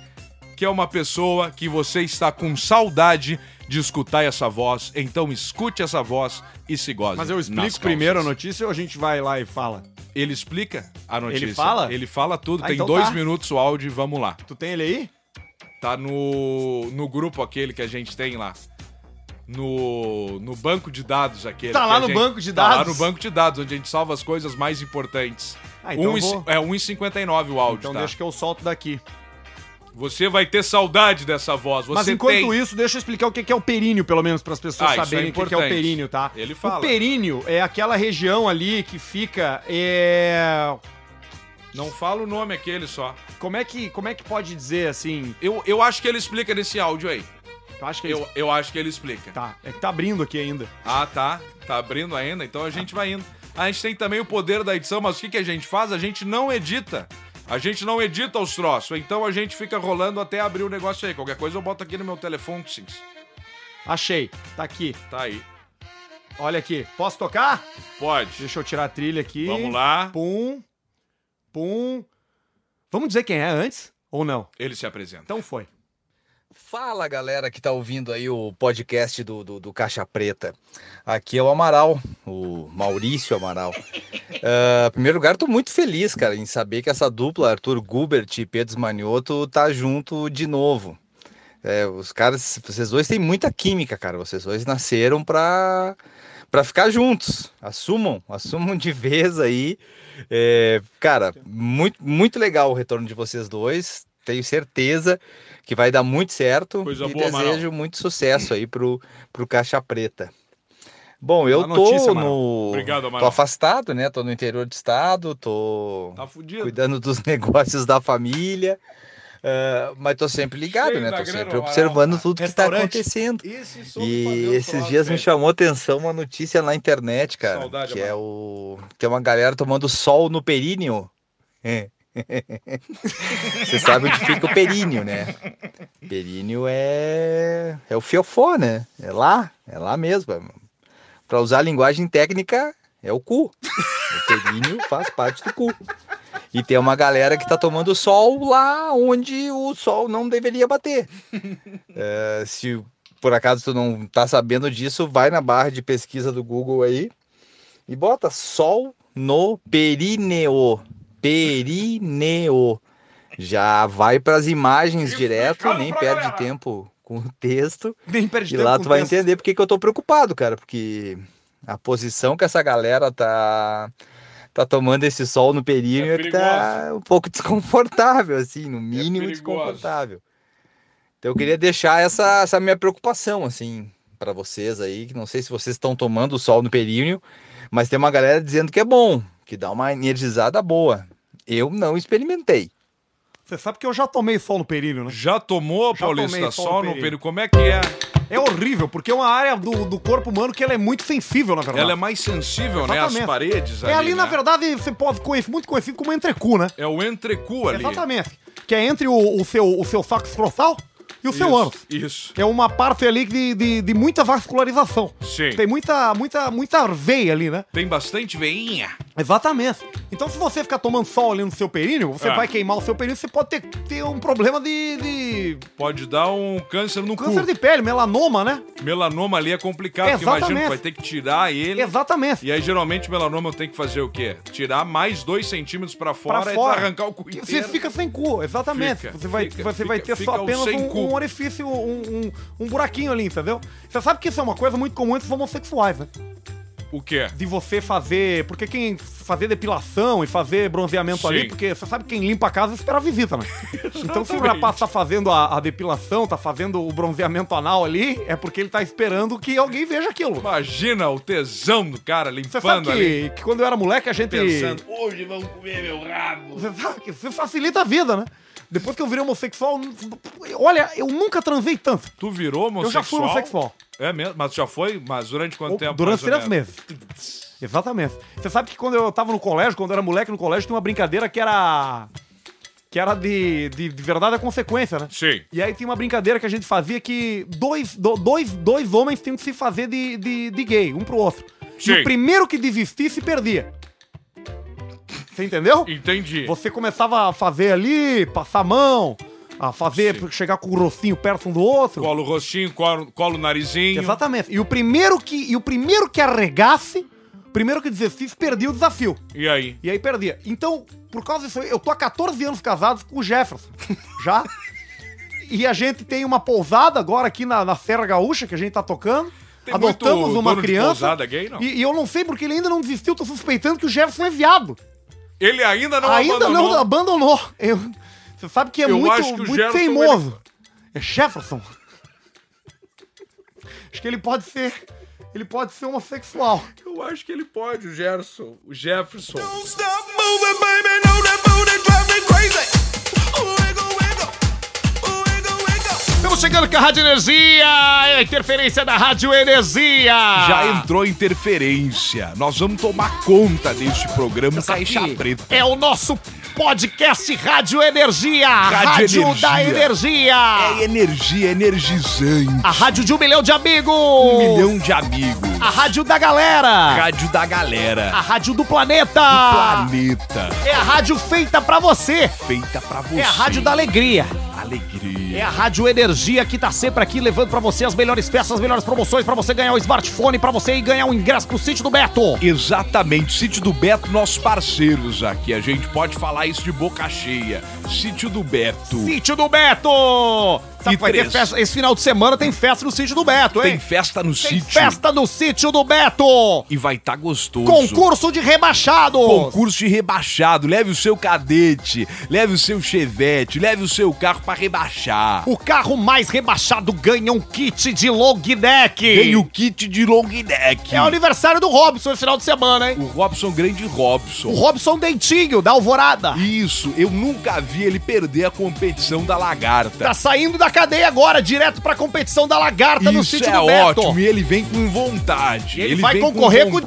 S2: que é uma pessoa que você está com saudade de escutar essa voz, então escute essa voz e se goze.
S1: Mas eu
S2: nas
S1: explico
S2: calças.
S1: primeiro a notícia ou a gente vai lá e fala?
S2: Ele explica a notícia.
S1: fala?
S2: Ele fala tudo.
S1: Ah,
S2: Tem
S1: então
S2: dois
S1: tá.
S2: minutos o áudio e vamos lá.
S1: Tu tem ele aí?
S2: Tá no, no grupo aquele que a gente tem lá. No, no banco de dados aquele.
S1: Tá
S2: que
S1: lá
S2: a
S1: no
S2: gente-
S1: banco de
S2: Tá lá
S1: dados?
S2: no banco de dados, onde a gente salva as coisas mais importantes.
S1: Ah, então
S2: Um e
S1: eu
S2: ci-
S1: vou.
S2: É 1,59 o áudio,
S1: Então
S2: tá?
S1: deixa que eu solto daqui.
S2: Você vai ter saudade dessa voz. Você
S1: Mas enquanto
S2: tem...
S1: isso, deixa eu explicar o que que é o períneo, pelo menos, para as pessoas
S2: Ah, isso
S1: saberem
S2: é
S1: o que que é o
S2: importante.
S1: períneo, tá?
S2: Ele fala.
S1: O períneo é aquela região ali que fica. é,
S2: Não fala o nome aquele só.
S1: Como, é que, como é que pode dizer assim?
S2: Eu, eu acho que ele explica nesse áudio aí.
S1: Eu acho que é
S2: Eu,
S1: isso.
S2: eu acho que ele explica.
S1: Tá, é que tá abrindo aqui ainda.
S2: Ah, tá. Tá abrindo ainda, então a gente vai indo. A gente tem também o poder da edição, mas o que, que a gente faz? A gente não edita. A gente não edita os troços, então a gente fica rolando até abrir o negócio aí. Qualquer coisa eu boto aqui no meu telefone. sim.
S1: Achei, tá aqui.
S2: Tá aí.
S1: Olha aqui. Posso tocar?
S2: Pode.
S1: Deixa eu tirar a trilha aqui.
S2: Vamos lá.
S1: Pum. Pum. Vamos dizer quem é antes? Ou não?
S2: Ele se apresenta.
S1: Então foi.
S3: Fala galera que tá ouvindo aí o podcast do, do, do Caixa Preta. Aqui é o Amaral, o Maurício Amaral. Ah, em primeiro lugar, tô muito feliz, cara, em saber que essa dupla, Arthur Gubert e Pedro Manioto, tá junto de novo. É, os caras, vocês dois têm muita química, cara. Vocês dois nasceram pra, pra ficar juntos. Assumam, assumam de vez aí. É, cara, muito, muito legal o retorno de vocês dois. Tenho certeza que vai dar muito certo.
S2: Coisa
S3: e
S2: boa, Amaral.
S3: desejo muito sucesso aí pro, pro Caixa Preta. Bom, eu
S1: Dá notícia,
S3: tô
S1: Amaral.
S3: no.
S2: Obrigado,
S1: Tá
S3: Tô
S2: Amaral.
S3: afastado, né? Tô no interior do estado, tô
S2: Tá fudido.
S3: cuidando dos negócios da família. ah, mas tô sempre ligado,
S2: Cheio
S3: né?
S2: da
S3: Tô
S2: grana,
S3: sempre
S2: Amaral,
S3: observando
S2: cara.
S3: tudo que tá
S1: Restaurante.
S3: acontecendo.
S2: Esse soube fazer
S3: E
S2: o
S3: esses
S2: troço,
S3: dias me
S2: velho.
S3: chamou atenção uma notícia na internet, cara.
S2: Saudade,
S3: que é o. Que é uma galera tomando sol no períneo. É. Você sabe onde fica o períneo, né? Períneo é. É o fiofó, né? É lá, é lá mesmo. é- Pra usar a linguagem técnica, é o cu. O períneo faz parte do cu. E tem uma galera que tá tomando sol lá onde o sol não deveria bater. Eh, se por acaso tu não tá sabendo disso, vai na barra de pesquisa do Google aí e bota sol no perineo. Perineo. Já vai pras imagens direto,
S2: Explicando
S3: nem
S2: pra
S3: perde
S2: galera.
S3: tempo com o texto.
S1: Nem perde
S3: E lá
S1: com
S3: tu vai
S1: texto.
S3: entender porque que eu tô preocupado, cara, porque a posição que essa galera tá tá tomando esse sol no períneo
S2: É
S3: é, que tá um pouco desconfortável assim, no mínimo
S2: perigoso.
S3: desconfortável. Então eu queria deixar essa essa minha preocupação assim pra vocês aí, que não sei se vocês estão tomando o sol no períneo, mas tem uma galera dizendo que é bom, que dá uma energizada boa. Eu não experimentei.
S1: Você sabe que eu já tomei sol no períneo, né?
S2: Já tomou,
S1: Já
S2: Paulista?
S1: tomei,
S2: só
S1: Paulo
S2: no
S1: Pereira.
S2: período. Como é que é?
S1: É horrível, porque é uma área do, do corpo humano que ela é muito sensível, na verdade.
S2: Ela é mais sensível, né?
S1: Exatamente.
S2: As paredes
S1: É ali,
S2: né?
S1: na verdade, você pode conhecer, muito conhecido como entrecu, né?
S2: É o entrecu ali.
S1: Exatamente. Que é entre o, o seu, o seu saco escrotal e o seu
S2: Isso,
S1: ânus.
S2: Isso.
S1: É uma parte ali de, de, de muita vascularização.
S2: Sim.
S1: Tem muita, muita, muita veia ali, né?
S2: Tem bastante veinha.
S1: Exatamente. Então, se você ficar tomando sol ali no seu períneo, você
S2: É.
S1: vai queimar o seu períneo, você pode ter, ter um problema de, de
S2: Pode dar um câncer no
S1: câncer
S2: cu.
S1: de pele, melanoma, né?
S2: Melanoma ali é complicado, porque
S1: Exatamente.
S2: imagina que vai ter que tirar ele.
S1: Exatamente.
S2: E aí, geralmente, o melanoma tem que fazer o quê? Tirar mais dois centímetros pra fora,
S1: pra
S2: e
S1: fora.
S2: arrancar o cu
S1: Que
S2: inteiro.
S1: Você fica sem cu, exatamente.
S2: Fica,
S1: você vai,
S2: fica,
S1: você vai
S2: fica,
S1: ter
S2: fica
S1: só
S2: o
S1: apenas
S2: sem
S1: um,
S2: cu.
S1: um orifício, um, um, um buraquinho ali, entendeu? Você sabe que isso é uma coisa muito comum entre os homossexuais, né?
S2: O quê?
S1: De você fazer. Porque quem fazer depilação e fazer bronzeamento ali,
S2: Sim.
S1: porque você sabe que quem limpa a casa espera a visita, né? então se o
S2: Exatamente.
S1: rapaz tá fazendo a, a depilação, tá fazendo o bronzeamento anal ali, é porque ele tá esperando que alguém veja aquilo.
S2: Imagina o tesão do cara
S1: Você sabe
S2: limpando ali,
S1: que, que quando eu era moleque a gente.
S2: pensando, hoje vão comer meu rabo.
S1: Você sabe que isso facilita a vida, né? Depois que eu virei homossexual, olha, eu nunca transei tanto.
S2: Tu virou homossexual?
S1: Eu já fui homossexual.
S2: É mesmo? Mas já foi? Mas durante quanto tempo?
S1: Durante
S2: mais ou
S1: três meses.
S2: menos?
S1: Exatamente. Você sabe que quando eu tava no colégio, quando eu era moleque no colégio, tinha uma brincadeira que era. que era de, de, de verdade a consequência, né?
S2: Sim.
S1: E aí tinha uma brincadeira que a gente fazia que dois, do- dois, dois homens tinham que se fazer de, de, de gay, um pro outro. E
S2: Sim.
S1: o primeiro que desistisse perdia. Você entendeu?
S2: Entendi.
S1: Você começava a fazer ali, passar a mão, a fazer,
S2: Sim.
S1: chegar com o rostinho perto um do outro.
S2: Cola o rostinho, cola, cola o narizinho.
S1: Exatamente. E o primeiro que, e o primeiro que arregasse, o primeiro que desistisse, perdia o desafio.
S2: E aí?
S1: E aí perdia. Então, por causa disso, aí, eu tô há 14 anos casado com o Jefferson. Já. E a gente tem uma pousada agora aqui na, na Serra Gaúcha, que a gente tá tocando.
S2: Tem
S1: Adotamos
S2: muito
S1: uma
S2: dono de
S1: criança.
S2: pousada gay, não?
S1: E, e eu não sei porque ele ainda não desistiu, tô suspeitando que o Jefferson é viado.
S2: Ele ainda não
S1: Ainda
S2: abandonou.
S1: não abandonou. Eu- você sabe que é
S2: Eu
S1: muito,
S2: acho que o
S1: muito
S2: Jefferson,
S1: teimoso. É Jefferson. acho que ele pode ser. Ele pode ser homossexual.
S2: Eu acho que ele pode, o Gerson. O Jefferson.
S4: Stop moving, baby. No, that booty drive me crazy. Wiggle, wiggle. Wiggle, wiggle.
S5: Estamos chegando com a Rádio Energia, é a interferência da Rádio Energia.
S2: Já Ah. entrou interferência. Nós vamos tomar conta deste programa Caixa Preta.
S5: É o nosso podcast Rádio Energia,
S2: Rádio
S5: Rádio, da Energia.
S2: É energia energizante.
S5: A rádio de um milhão de amigos.
S2: Um milhão de amigos.
S5: A rádio da galera.
S2: Rádio da galera.
S5: A rádio do planeta.
S2: Planeta.
S5: É a rádio feita pra você.
S2: Feita pra você.
S5: É a rádio da alegria. É
S2: alegria.
S5: a Rádio Energia que tá sempre aqui levando pra você as melhores peças, as melhores promoções, pra você ganhar o smartphone, pra você ir ganhar o ingresso pro sítio do Beto.
S2: Exatamente, Sítio do Beto, nossos parceiros aqui. A gente pode falar isso de boca cheia. Sítio do Beto.
S5: Sítio do Beto! Sabe
S2: E
S5: que vai ter
S2: três.
S5: festa- esse final de semana tem festa no sítio do Beto,
S2: Tem
S5: hein?
S2: festa no
S5: Tem
S2: sítio.
S5: festa no sítio do Beto!
S2: E vai tá gostoso.
S5: Concurso de rebaixados!
S2: Concurso de rebaixado. Leve o seu cadete, leve o seu chevette, leve o seu carro pra rebaixar.
S5: O carro mais rebaixado ganha um kit de long neck!
S2: Tem o kit de long neck.
S5: É o aniversário do Robson esse final de semana, hein?
S2: O Robson, grande
S5: O
S2: Robson.
S5: Robson Dentinho, da Alvorada!
S2: Isso, eu nunca vi ele perder a competição da lagarta.
S5: Tá saindo da cadeia agora, direto pra competição da Lagarta no
S2: Isso
S5: sítio
S2: é
S5: do Beto.
S2: ótimo, e ele vem com vontade.
S5: Ele, vai concorrer com o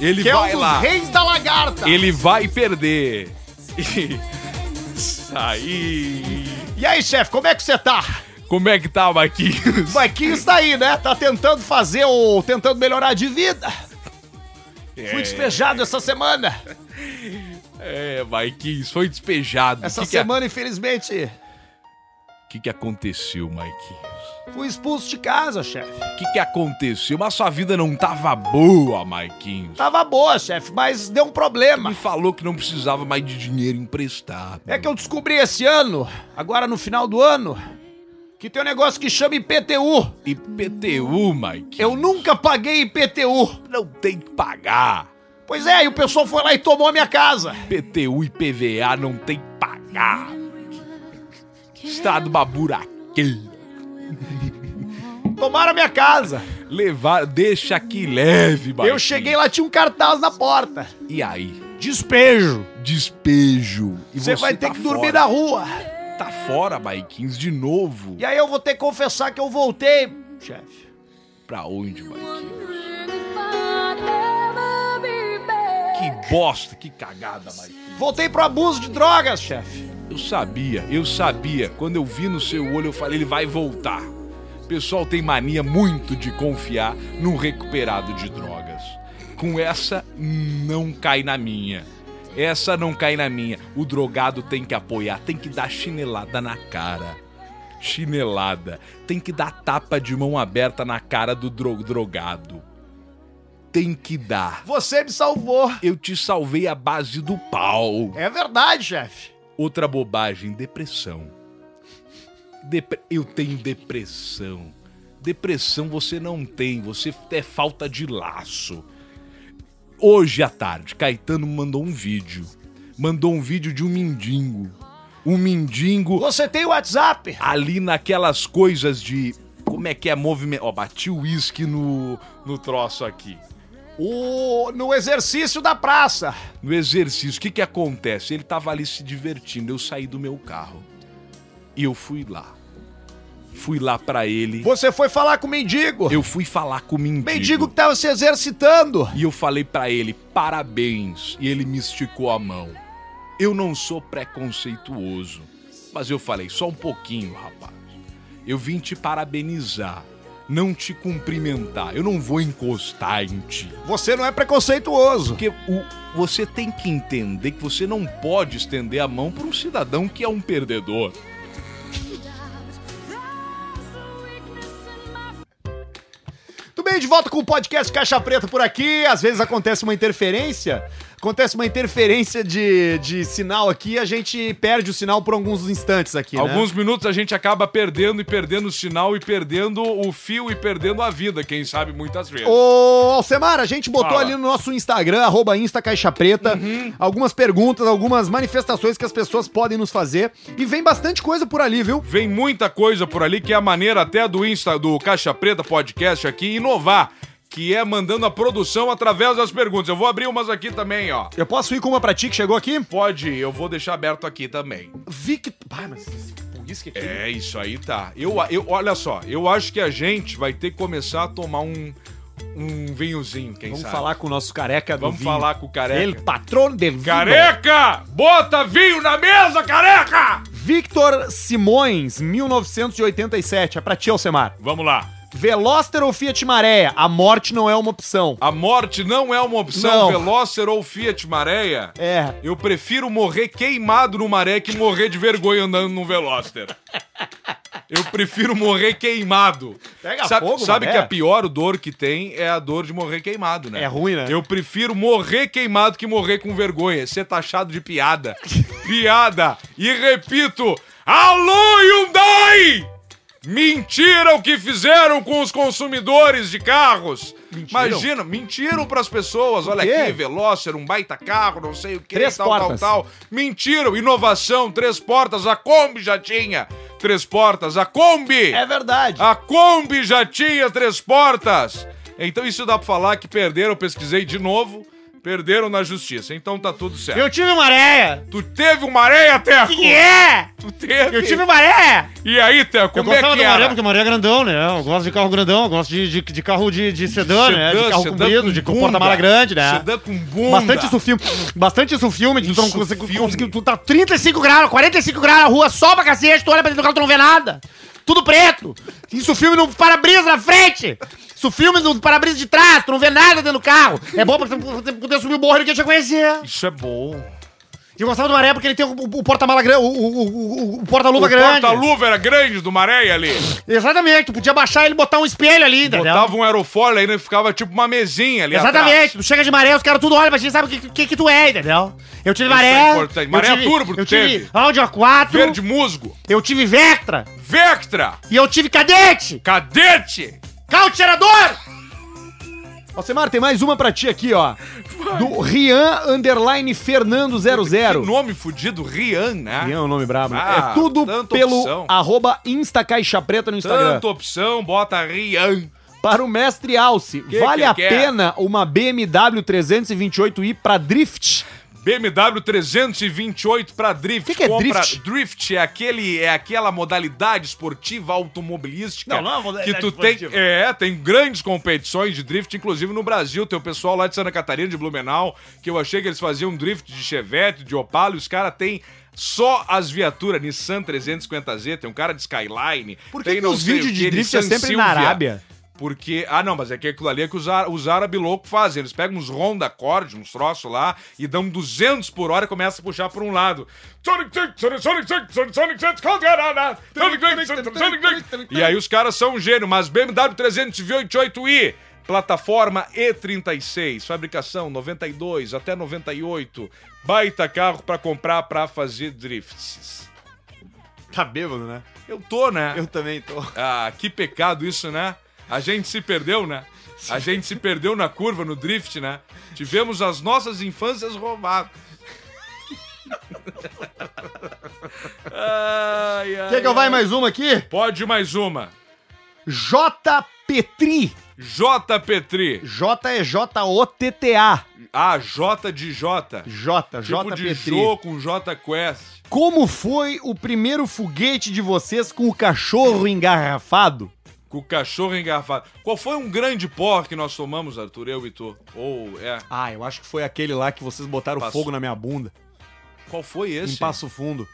S2: Ele
S5: que é um
S2: vai
S5: dos
S2: lá.
S5: reis da Lagarta.
S2: Ele vai perder. Saí.
S5: E aí, chefe, como é que você tá?
S2: Como é que tá, Marquinhos?
S5: O Marquinhos tá aí, né? Tá tentando fazer o... tentando melhorar de vida. Fui despejado essa semana.
S2: É, Marquinhos, foi despejado.
S5: Essa
S2: O que é? que a-
S5: semana, infelizmente,
S2: O que, que aconteceu, Maiquinhos?
S5: fui expulso de casa, chefe.
S2: O que, que aconteceu? Mas sua vida não tava boa, Maiquinhos.
S5: Tava boa, chefe, mas deu um
S2: Me
S5: problema.
S2: falou que não precisava mais de dinheiro emprestado.
S5: É que eu descobri esse ano, agora no final do ano, que tem um negócio que chama IPTU.
S2: IPTU, Maiquinhos.
S5: Eu nunca paguei IPTU.
S2: não tenho que pagar.
S5: Pois é, e o pessoal foi lá e tomou a minha casa.
S2: PTU e PVA não tem que pagar. Estado uma buraqueira.
S5: Tomaram a minha casa.
S2: Levar, deixa que leve, Maiquinhos.
S5: Eu cheguei lá, tinha um cartaz na porta.
S2: E aí?
S5: Despejo.
S2: Despejo. E
S5: Você vai ter
S2: tá
S5: que dormir
S2: fora.
S5: na rua.
S2: Tá fora, Maiquinhos, de novo.
S5: E aí eu vou ter que confessar que eu voltei
S1: chefe?
S2: Pra onde, Mike?
S6: Que
S2: Que bosta, que cagada, Mike.
S1: Voltei pro abuso de drogas, chefe.
S2: Eu sabia, eu sabia. Quando eu vi no seu olho, eu falei, ele vai voltar. O pessoal tem mania muito de confiar num recuperado de drogas. Com essa, não cai na minha. Essa não cai na minha. O drogado tem que apoiar, tem que dar chinelada na cara. Chinelada. Tem que dar tapa de mão aberta na cara do dro- drogado. Tem que dar.
S1: Você me salvou.
S2: Eu te salvei à base do pau.
S1: É verdade, chefe.
S2: Outra bobagem, depressão. Depre- Eu tenho depressão. Depressão você não tem, você é falta de laço. Hoje à tarde, Caetano mandou um vídeo. Mandou um vídeo de um mendigo. Um mendigo
S1: Você tem o WhatsApp?
S2: ali naquelas coisas de. Como é que é movimento? Ó, bati o uísque no, no troço aqui.
S1: O... No exercício da praça.
S2: No exercício, o que que acontece? Ele tava ali se divertindo, eu saí do meu carro. E eu fui lá. Fui lá pra ele.
S1: Você foi falar com o mendigo.
S2: Eu fui falar com o mendigo.
S1: Mendigo que tava se exercitando.
S2: E eu falei pra ele, parabéns. E ele me esticou a mão. Eu não sou preconceituoso. Mas eu falei, só um pouquinho, rapaz. Eu vim te parabenizar. Não te cumprimentar. Eu não vou encostar em ti.
S1: Você não é preconceituoso.
S2: Porque o- você tem que entender que você não pode estender a mão para um cidadão que é um perdedor.
S1: Tudo bem, de volta com o podcast Caixa Preta por aqui. Às vezes acontece uma interferência. Acontece uma interferência de, de sinal aqui e a gente perde o sinal por alguns instantes aqui, né?
S2: Alguns minutos a gente acaba perdendo e perdendo o sinal e perdendo o fio e perdendo a vida, quem sabe muitas vezes.
S1: Ô, Alcemar, a gente botou
S2: Fala. Uhum.
S1: ali no nosso Instagram, arroba Insta Caixa Preta, algumas perguntas, algumas manifestações que as pessoas podem nos fazer. E vem bastante coisa por ali, viu?
S2: Vem muita coisa por ali que é a maneira até do Insta do Caixa Preta Podcast aqui inovar, que é mandando a produção através das perguntas. Eu vou abrir umas aqui também, ó.
S1: Eu posso ir com uma pra ti que chegou aqui?
S2: Pode, ir, eu vou deixar aberto aqui também.
S1: Vic... Ah, mas esse que aqui...
S2: É, isso aí tá. Eu, eu, olha só, eu acho que a gente vai ter que começar a tomar um, um vinhozinho, quem
S1: Vamos
S2: sabe.
S1: falar com o nosso careca do
S2: Vamos
S1: vinho.
S2: falar com o careca.
S1: Ele, patrão de vinho.
S2: Careca! Bota vinho na mesa, careca!
S1: Victor Simões, 1987. É pra ti, Alcemar.
S2: Vamos lá.
S1: Veloster ou Fiat Maré? A morte não é uma opção.
S2: A morte não é uma
S1: Não.
S2: opção, Velocer ou Fiat Maréia.
S1: É.
S2: Eu prefiro morrer queimado no maré que morrer de vergonha andando num Veloster. Eu prefiro morrer queimado.
S1: Pega
S2: sabe,
S1: fogo,
S2: Sabe
S1: maré.
S2: que a pior dor que tem é a dor de morrer queimado, né?
S1: É ruim, né?
S2: Eu prefiro morrer queimado que morrer com vergonha. Ser taxado de piada. piada. E repito, alô Hyundai! Mentiram o que fizeram com os consumidores de carros.
S1: Mentiram?
S2: Imagina, mentiram pras pessoas. Olha
S1: quê?
S2: aqui, Velocer, um baita carro, não sei o que,
S1: Três
S2: tal,
S1: portas.
S2: tal, tal. Mentiram, inovação, três portas, a Kombi já tinha três portas, a Kombi!
S1: É verdade.
S2: A Kombi já tinha três portas. Então isso dá pra falar que perderam, eu pesquisei de novo, perderam na justiça. Então tá tudo certo.
S1: tive uma areia.
S2: Tu teve uma areia, Teco?
S1: é?
S2: Tu teve?
S1: uma areia.
S2: E aí, Teco,
S7: Eu
S2: como é
S7: gostava
S2: que
S7: do Maré,
S2: era?
S7: porque o Maré é grandão, né? Eu gosto de carro grandão, eu gosto de, de, de carro de, de sedã, né? De carro
S2: sedã
S7: comprido,
S2: com
S7: de
S2: bunda.
S7: porta-mala grande, né?
S2: Sedã com bunda.
S7: Bastante isso filme. Bastante isso filme. de tu não
S2: Isso
S7: consegue-
S2: filme.
S7: conseguiu- tu tá 35 graus, 45 graus na rua, sol pra cacete, tu olha pra dentro do carro, tu não vê nada. Tudo preto. Isso filme no para-brisa na frente. Isso filme no para-brisa de trás, tu não vê nada dentro do carro. É bom pra tu- pra tu poder subir o morro e ninguém te conhecer.
S2: Isso é bom.
S7: E eu gostava do Maré porque ele tem o, o- o porta-mala grande, o, o- o- o- o porta-luva
S2: O
S7: grande.
S2: porta-luva era grande do Maréia ali.
S7: Exatamente, tu podia baixar ele e botar um espelho ali, entendeu?
S2: Botava um aerofólio aí, né? ficava tipo uma mesinha ali
S7: Exatamente,
S2: atrás.
S7: tu chega de maré, os caras tudo olham pra ti e sabem o que, que, que tu é, entendeu? Eu tive
S2: Isso
S7: maré.
S2: é importante. Maré
S7: eu tive,
S2: turbo,
S7: eu
S2: teve.
S7: tive Audi A4,
S2: Verde musgo.
S7: eu tive Vectra,
S2: Vectra.
S7: e eu tive Cadete,
S2: Cadete.
S7: carro de cheirador.
S1: Alcemar, tem mais uma pra ti aqui, ó. Do Rian Underline Fernando 00.
S2: Que nome fudido, Rian, né?
S1: Rian é um nome brabo. né?
S2: Ah,
S1: é tudo
S2: tanta
S1: pelo
S2: opção.
S1: arroba Insta Caixa Preta no Instagram.
S2: Tanta opção, bota Rian.
S1: Para o mestre Alce,
S2: Que é?
S1: vale
S2: que
S1: a
S2: quer?
S1: pena uma BMW 328i pra drift?
S2: BMW 328 para drift. O
S1: Que que é drift?
S2: Drift é, aquele, é aquela modalidade esportiva automobilística.
S7: Não, não é uma modalidade
S2: que tu
S7: esportiva.
S2: tem. É, tem grandes competições de drift, inclusive no Brasil. Tem o pessoal lá de Santa Catarina, de Blumenau, que eu achei que eles faziam um drift de Chevette, de Opala, e os caras têm. Só as viaturas, Nissan 350Z, tem um cara de Skyline.
S1: Por que
S2: tem
S1: que
S2: não
S1: os
S2: sei o
S1: vídeos de
S2: que,
S1: drift é
S2: Nissan
S1: sempre na Arábia?
S2: porque. Ah, não, mas é que aquilo ali é que os, á- os árabes loucos fazem. Eles pegam uns Honda Accord, uns troços lá, e dão 200 por hora e começam a puxar para um lado. E aí os caras são um gênio, mas BMW 328i. Plataforma E36, fabricação 92 até 98. Baita carro para comprar para fazer drifts.
S1: Tá bêbado, né?
S2: Eu tô, né?
S1: Eu também tô.
S2: Ah, que pecado isso, né? A gente se perdeu, né? A gente se perdeu na curva, no drift, né? Tivemos as nossas infâncias roubadas. Ai, ai,
S1: Quer que eu vai mais uma aqui?
S2: Pode mais uma.
S1: J. Petri.
S2: J. Petri.
S1: J é J-O-T-T-A.
S2: Ah, J de J.
S1: J, J
S2: tipo de
S1: Petri.
S2: Jô com J Quest.
S1: Como foi o primeiro foguete de vocês com o cachorro engarrafado?
S2: Com o cachorro engarrafado. Qual foi um grande porre que nós tomamos, Arthur, eu e tu? Ou, é...
S1: Ah, eu acho que foi aquele lá que vocês botaram
S2: Passo-
S1: fogo na minha bunda.
S2: Qual foi esse?
S1: Em Passo Fundo.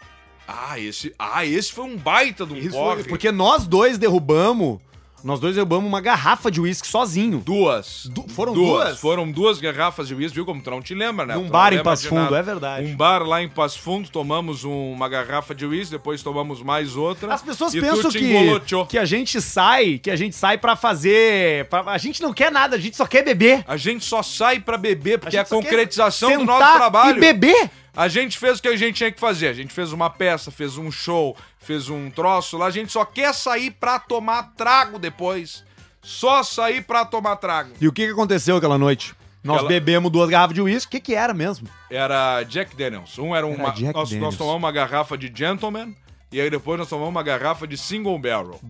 S2: Ah, esse... Ah, esse foi um baita de um
S1: Isso
S2: porre.
S1: foi- porque nós dois derrubamos. Nós dois derrubamos uma garrafa de uísque sozinho.
S2: Duas.
S1: Du- foram duas?
S2: Foram duas garrafas de uísque, viu como tu não te lembra, né?
S1: Num
S2: Tu não
S1: bar em
S2: lembra
S1: Passo
S2: de
S1: Fundo,
S2: nada.
S1: é verdade.
S2: Um bar lá em Passo Fundo, tomamos um- uma garrafa de uísque, depois tomamos mais outra.
S1: As pessoas
S2: e tu
S1: pensam
S2: te
S1: que,
S2: engoloteou.
S1: que a gente sai, que a gente sai pra fazer. pra- a gente não quer nada, a gente só quer beber.
S2: A gente só sai pra beber porque
S1: gente
S2: é a
S1: só quer
S2: concretização do
S1: Sentar
S2: nosso trabalho.
S1: E beber?
S2: A gente fez o que a gente tinha que fazer. A gente fez uma peça, fez um show, fez um troço lá. A gente só quer sair pra tomar trago depois. Só sair pra tomar trago.
S1: E o que, que aconteceu aquela noite? Nós
S2: Aquela-
S1: bebemos duas garrafas de uísque. O que, que era mesmo?
S2: Era Jack Daniels. Um era uma.
S1: Jack
S2: nós, nós
S1: Daniels.
S2: tomamos uma garrafa de Gentleman e aí depois nós tomamos uma garrafa de Single Barrel.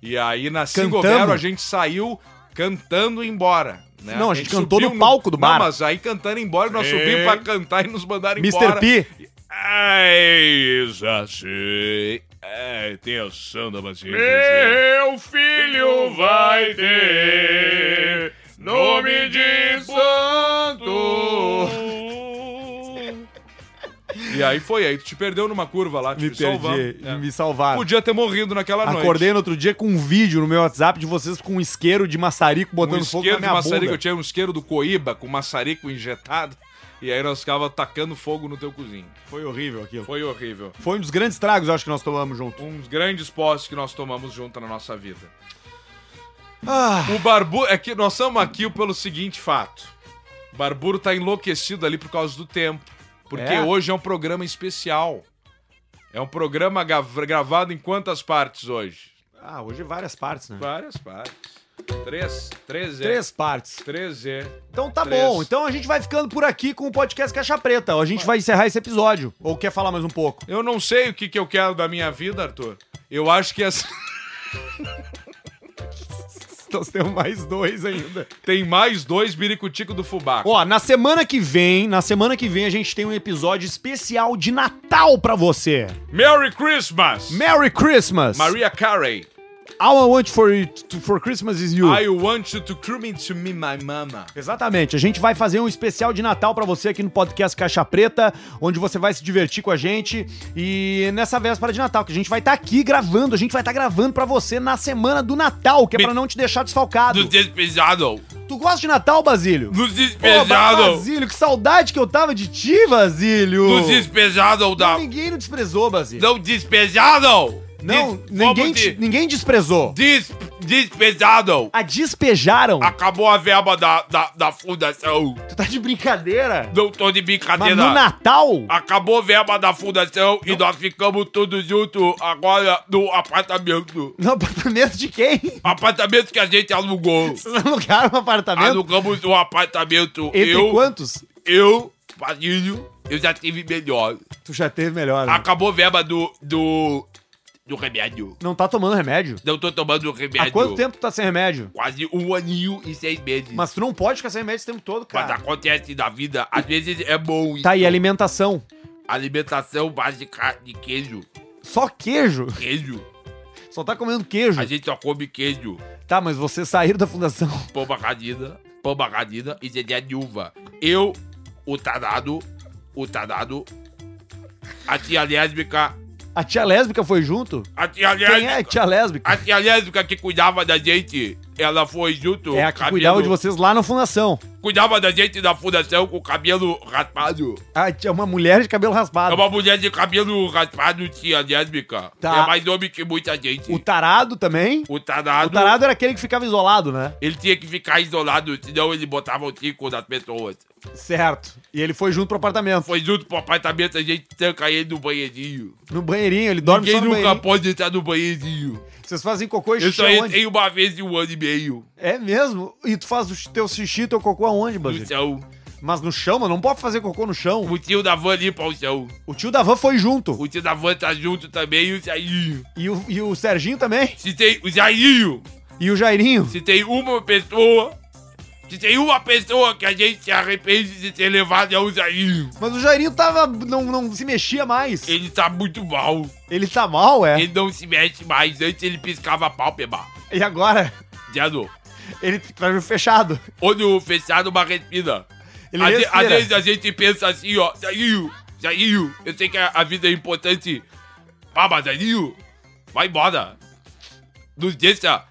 S2: E aí na Single
S1: Cantamos.
S2: Barrel a gente saiu cantando e embora. né?
S1: Não, a gente cantou no palco do bar.
S2: Não, mas aí cantando e embora, nós subimos pra cantar e nos mandaram
S1: Mr.
S2: embora.
S1: P.
S2: Eis assim. É, tensão da paciência. Meu filho vai ter nome de santo. E aí foi, aí tu te perdeu numa curva lá, te
S1: Me perdi,
S2: salvando. É.
S1: me salvaram.
S2: Podia ter morrido naquela noite.
S1: Acordei no outro dia com um vídeo no meu WhatsApp de vocês com um isqueiro de maçarico
S2: um
S1: botando fogo na
S2: isqueiro de
S1: minha
S2: maçarico,
S1: bunda.
S2: eu tinha um isqueiro do Coíba com maçarico injetado. E aí nós ficava tacando fogo no teu cozinho.
S1: Foi horrível aquilo.
S2: Foi horrível.
S1: Foi um dos grandes tragos, eu acho, que nós tomamos junto.
S2: uns grandes postos que nós tomamos junto na nossa vida. O Barburo. É que nós estamos aqui pelo seguinte fato: o Barburo tá enlouquecido ali por causa do tempo. Porque
S1: É?
S2: hoje é um programa especial. É um programa gav- gravado em quantas partes hoje?
S1: Ah, hoje várias partes, né?
S2: Várias partes. Três. Três é.
S1: Três partes.
S2: Três é.
S1: Então tá
S2: Três.
S1: bom. Então a gente vai ficando por aqui com o podcast Caixa Preta. A gente vai encerrar esse episódio. Ou quer falar mais um pouco?
S2: Eu não sei o que, que eu quero da minha vida, Arthur. Eu acho que essa.
S1: Nós temos mais dois ainda.
S2: tem mais dois biricutico do fubá.
S1: Ó, na semana que vem, na semana que vem a gente tem um episódio especial de Natal pra você.
S2: Merry Christmas!
S1: Merry Christmas.
S2: Maria Carey.
S1: All I want for it- for Christmas is you.
S2: I want you to come into me, my mama.
S1: Exatamente. A gente vai fazer um especial de Natal pra você aqui no podcast Caixa Preta, onde você vai se divertir com a gente e nessa véspera de Natal que a gente vai estar aqui gravando, a gente vai estar gravando pra você na semana do Natal, que é
S2: Me-
S1: pra não te deixar desfalcado.
S2: despejado.
S1: Tu gosta de Natal, Basílio?
S2: Nos
S1: Pô, Basílio, que saudade que eu tava de ti, Basílio.
S2: despejado
S1: Não, Ninguém nos desprezou, Basílio.
S2: Tá. Não despejado.
S1: Não, ninguém, te- ninguém desprezou.
S2: despejado.
S1: A despejaram.
S2: Acabou a verba da, da, da fundação.
S1: Tu tá de brincadeira?
S2: Não tô de
S1: Mas
S2: brincadeira.
S1: no Natal?
S2: Acabou a verba da fundação e nós ficamos todos juntos agora no apartamento.
S1: No apartamento de quem?
S2: Apartamento que a gente alugou.
S1: Vocês alugaram um apartamento?
S2: Alugamos um apartamento.
S1: Entre
S2: eu,
S1: quantos?
S2: eu, Padilho, eu já tive melhor.
S1: Tu já teve melhor. né?
S2: Acabou a verba do. do. do remédio.
S1: Não tá tomando remédio?
S2: Não tô tomando um remédio.
S1: Há quanto tempo tu tá sem remédio?
S2: Quase um aninho e seis meses. Mas,
S1: Mas tu não pode ficar sem remédio esse tempo todo, cara.
S2: acontece na vida, às vezes é bom.
S1: Tá, e alimentação?
S2: Alimentação básica de queijo.
S1: Só queijo?
S2: Queijo.
S1: Só tá comendo queijo.
S2: A gente só come queijo.
S1: Tá, mas vocês saíram da fundação.
S2: Pão canina, pão canina e zezé de uva. Eu, o tarado, o tarado, a tia lésbica,
S1: A tia lésbica foi junto?
S2: a tia
S1: Quem é a
S2: lésbica,
S1: tia lésbica?
S2: a tia lésbica que cuidava da gente, ela foi junto.
S1: É a
S2: com o
S1: que cuidava de
S2: cabelo-
S1: vocês lá na fundação.
S2: Cuidava da gente da fundação com o cabelo raspado.
S1: A tia, Ah, uma mulher de cabelo
S2: É
S1: raspado.
S2: uma mulher de cabelo raspado, tia lésbica.
S1: Tá.
S2: É mais homem que muita gente.
S1: O tarado também?
S2: O tarado,
S1: O tarado era aquele que ficava isolado, né?
S2: ele tinha que ficar isolado, senão ele botava o tico nas pessoas.
S1: Certo. E ele foi junto pro apartamento.
S2: Foi junto pro apartamento, a gente tranca ele no banheirinho.
S1: No banheirinho, ele dorme
S2: Ninguém
S1: só no
S2: nunca
S1: banheirinho.
S2: pode entrar no banheirinho.
S1: Vocês fazem cocô e
S2: Eu
S1: xixi
S2: só
S1: aonde?
S2: entrei uma vez em um ano e meio.
S1: É mesmo? E tu faz o teu xixi, teu cocô aonde,
S2: No
S1: Basílio?
S2: chão.
S1: Mas no chão, mano? Não pode fazer cocô no chão.
S2: O tio da van limpa o chão.
S1: O tio da van foi junto.
S2: O tio da van tá junto também e o Jairinho.
S1: E o, e o Serginho também.
S2: Se tem o Jairinho,
S1: E o Jairinho.
S2: se tem uma pessoa... Se tem uma pessoa que a gente se arrepende de ter levado é o Jairinho.
S1: Mas o Jairinho tava. Não, não se mexia mais.
S2: Ele tá muito mal.
S1: Ele tá mal, é?
S2: Ele não se mexe mais. Antes ele piscava a pálpebra.
S1: E agora?
S2: Entendeu?
S1: Ele tá meio fechado.
S2: Olho fechado, uma respira.
S1: Ele
S2: Às, ve-
S1: respira.
S2: às vezes a gente pensa assim, ó, Zaninho, Zaninho, eu sei que a, a vida é importante. Ah, mas Zaninho, vai embora. Nos deixa.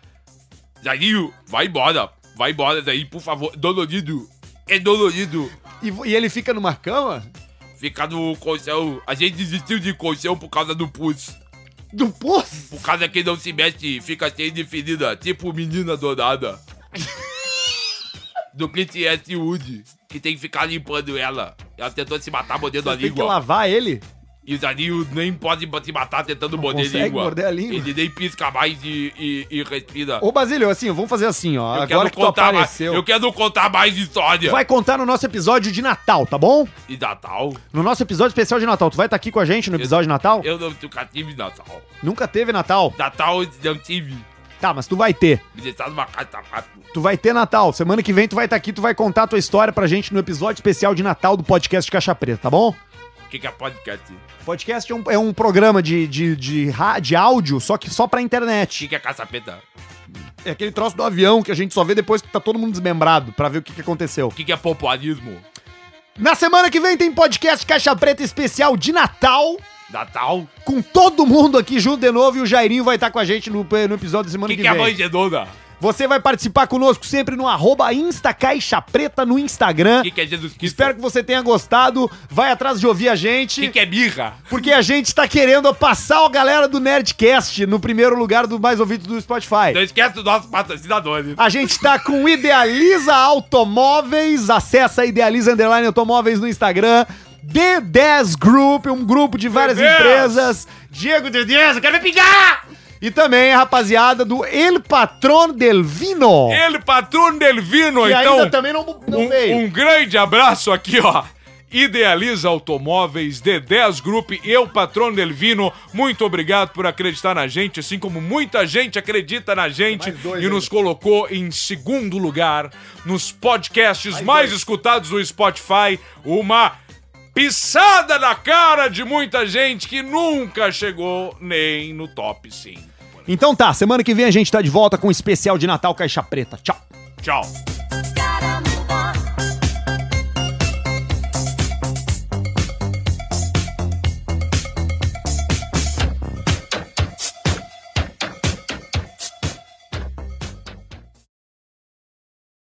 S2: Zaninho, vai embora. Vai embora, Zaninho, por favor. Dolorido. É dolorido.
S1: E, vo- e ele fica numa cama?
S2: Ficar no colchão. A gente desistiu de colchão por causa do pus.
S1: Do pus?
S2: Por causa que não se mexe, fica sem definida, tipo menina dourada. Do Clint Eastwood, que tem que ficar limpando ela. Ela tentou se matar mordendo a
S1: Tem que
S2: língua.
S1: lavar ele?
S2: E o Zaninho nem pode se matar tentando morder,
S1: consegue
S2: língua.
S1: morder a língua.
S2: Ele nem pisca mais e, e, e respira.
S1: Ô, Basílio, assim, vamos fazer assim, ó. agora que tu
S2: mais,
S1: apareceu.
S2: eu quero contar mais história.
S1: Vai contar no nosso episódio de Natal, tá bom?
S2: E Natal?
S1: No nosso episódio especial de Natal. Tu vai estar aqui com a gente no episódio de Natal?
S2: Eu não nunca tive Natal.
S1: Nunca teve Natal?
S2: Natal eu não tive.
S1: Tá, mas tu vai ter.
S2: Me deixaram uma carta rápido.
S1: Tu vai ter Natal. Semana que vem tu vai estar aqui, tu vai contar a tua história pra gente no episódio especial de Natal do podcast Caixa Preta, tá bom?
S2: O que, que é podcast?
S1: Podcast é um, é um programa de, de, de, ra- de áudio, só que só pra
S2: O
S1: internet.
S2: que, que é caçapeta?
S1: É aquele troço do avião que a gente só vê depois que tá todo mundo desmembrado, pra ver o que, que aconteceu.
S2: O que, que é populismo?
S1: Na semana que vem tem podcast Caixa Preta especial de Natal,
S2: Natal?
S1: com todo mundo aqui junto de novo e o Jairinho vai estar com a gente no, no episódio da
S2: O
S1: semana
S2: que,
S1: que,
S2: que é
S1: vem.
S2: manjedona?
S1: Você vai participar conosco sempre no arroba Insta Caixa Preta no Instagram.
S2: O que, que é Jesus Cristo?
S1: Espero que você tenha gostado. Vai atrás de ouvir a
S2: O
S1: gente.
S2: que, que é birra?
S1: Porque a gente tá querendo passar a galera do Nerdcast no primeiro lugar do mais ouvido do Spotify.
S2: Não esquece dos nossos patrocinadores.
S1: A gente tá com Idealiza Automóveis. Acessa Idealiza Underline Automóveis no Instagram. D10 Group, um grupo de várias
S2: D10.
S1: empresas. Diego D10, eu quero me pingar! E também a rapaziada do El Patron del Vino.
S2: Ele, patrono del vino,
S1: que
S2: então.
S1: ainda também não, não veio.
S2: Um, um grande abraço aqui, ó. Idealiza Automóveis, D10 Group, eu, Patrono Del Vino, muito obrigado por acreditar na gente, assim como muita gente acredita na gente e nos colocou em segundo lugar nos podcasts mais escutados do Spotify. Uma pisada na cara de muita gente que nunca chegou nem no top 5.
S1: um Então tá, semana que vem a gente tá de volta com o especial de Natal Caixa Preta. Tchau.
S2: Tchau.
S6: Sky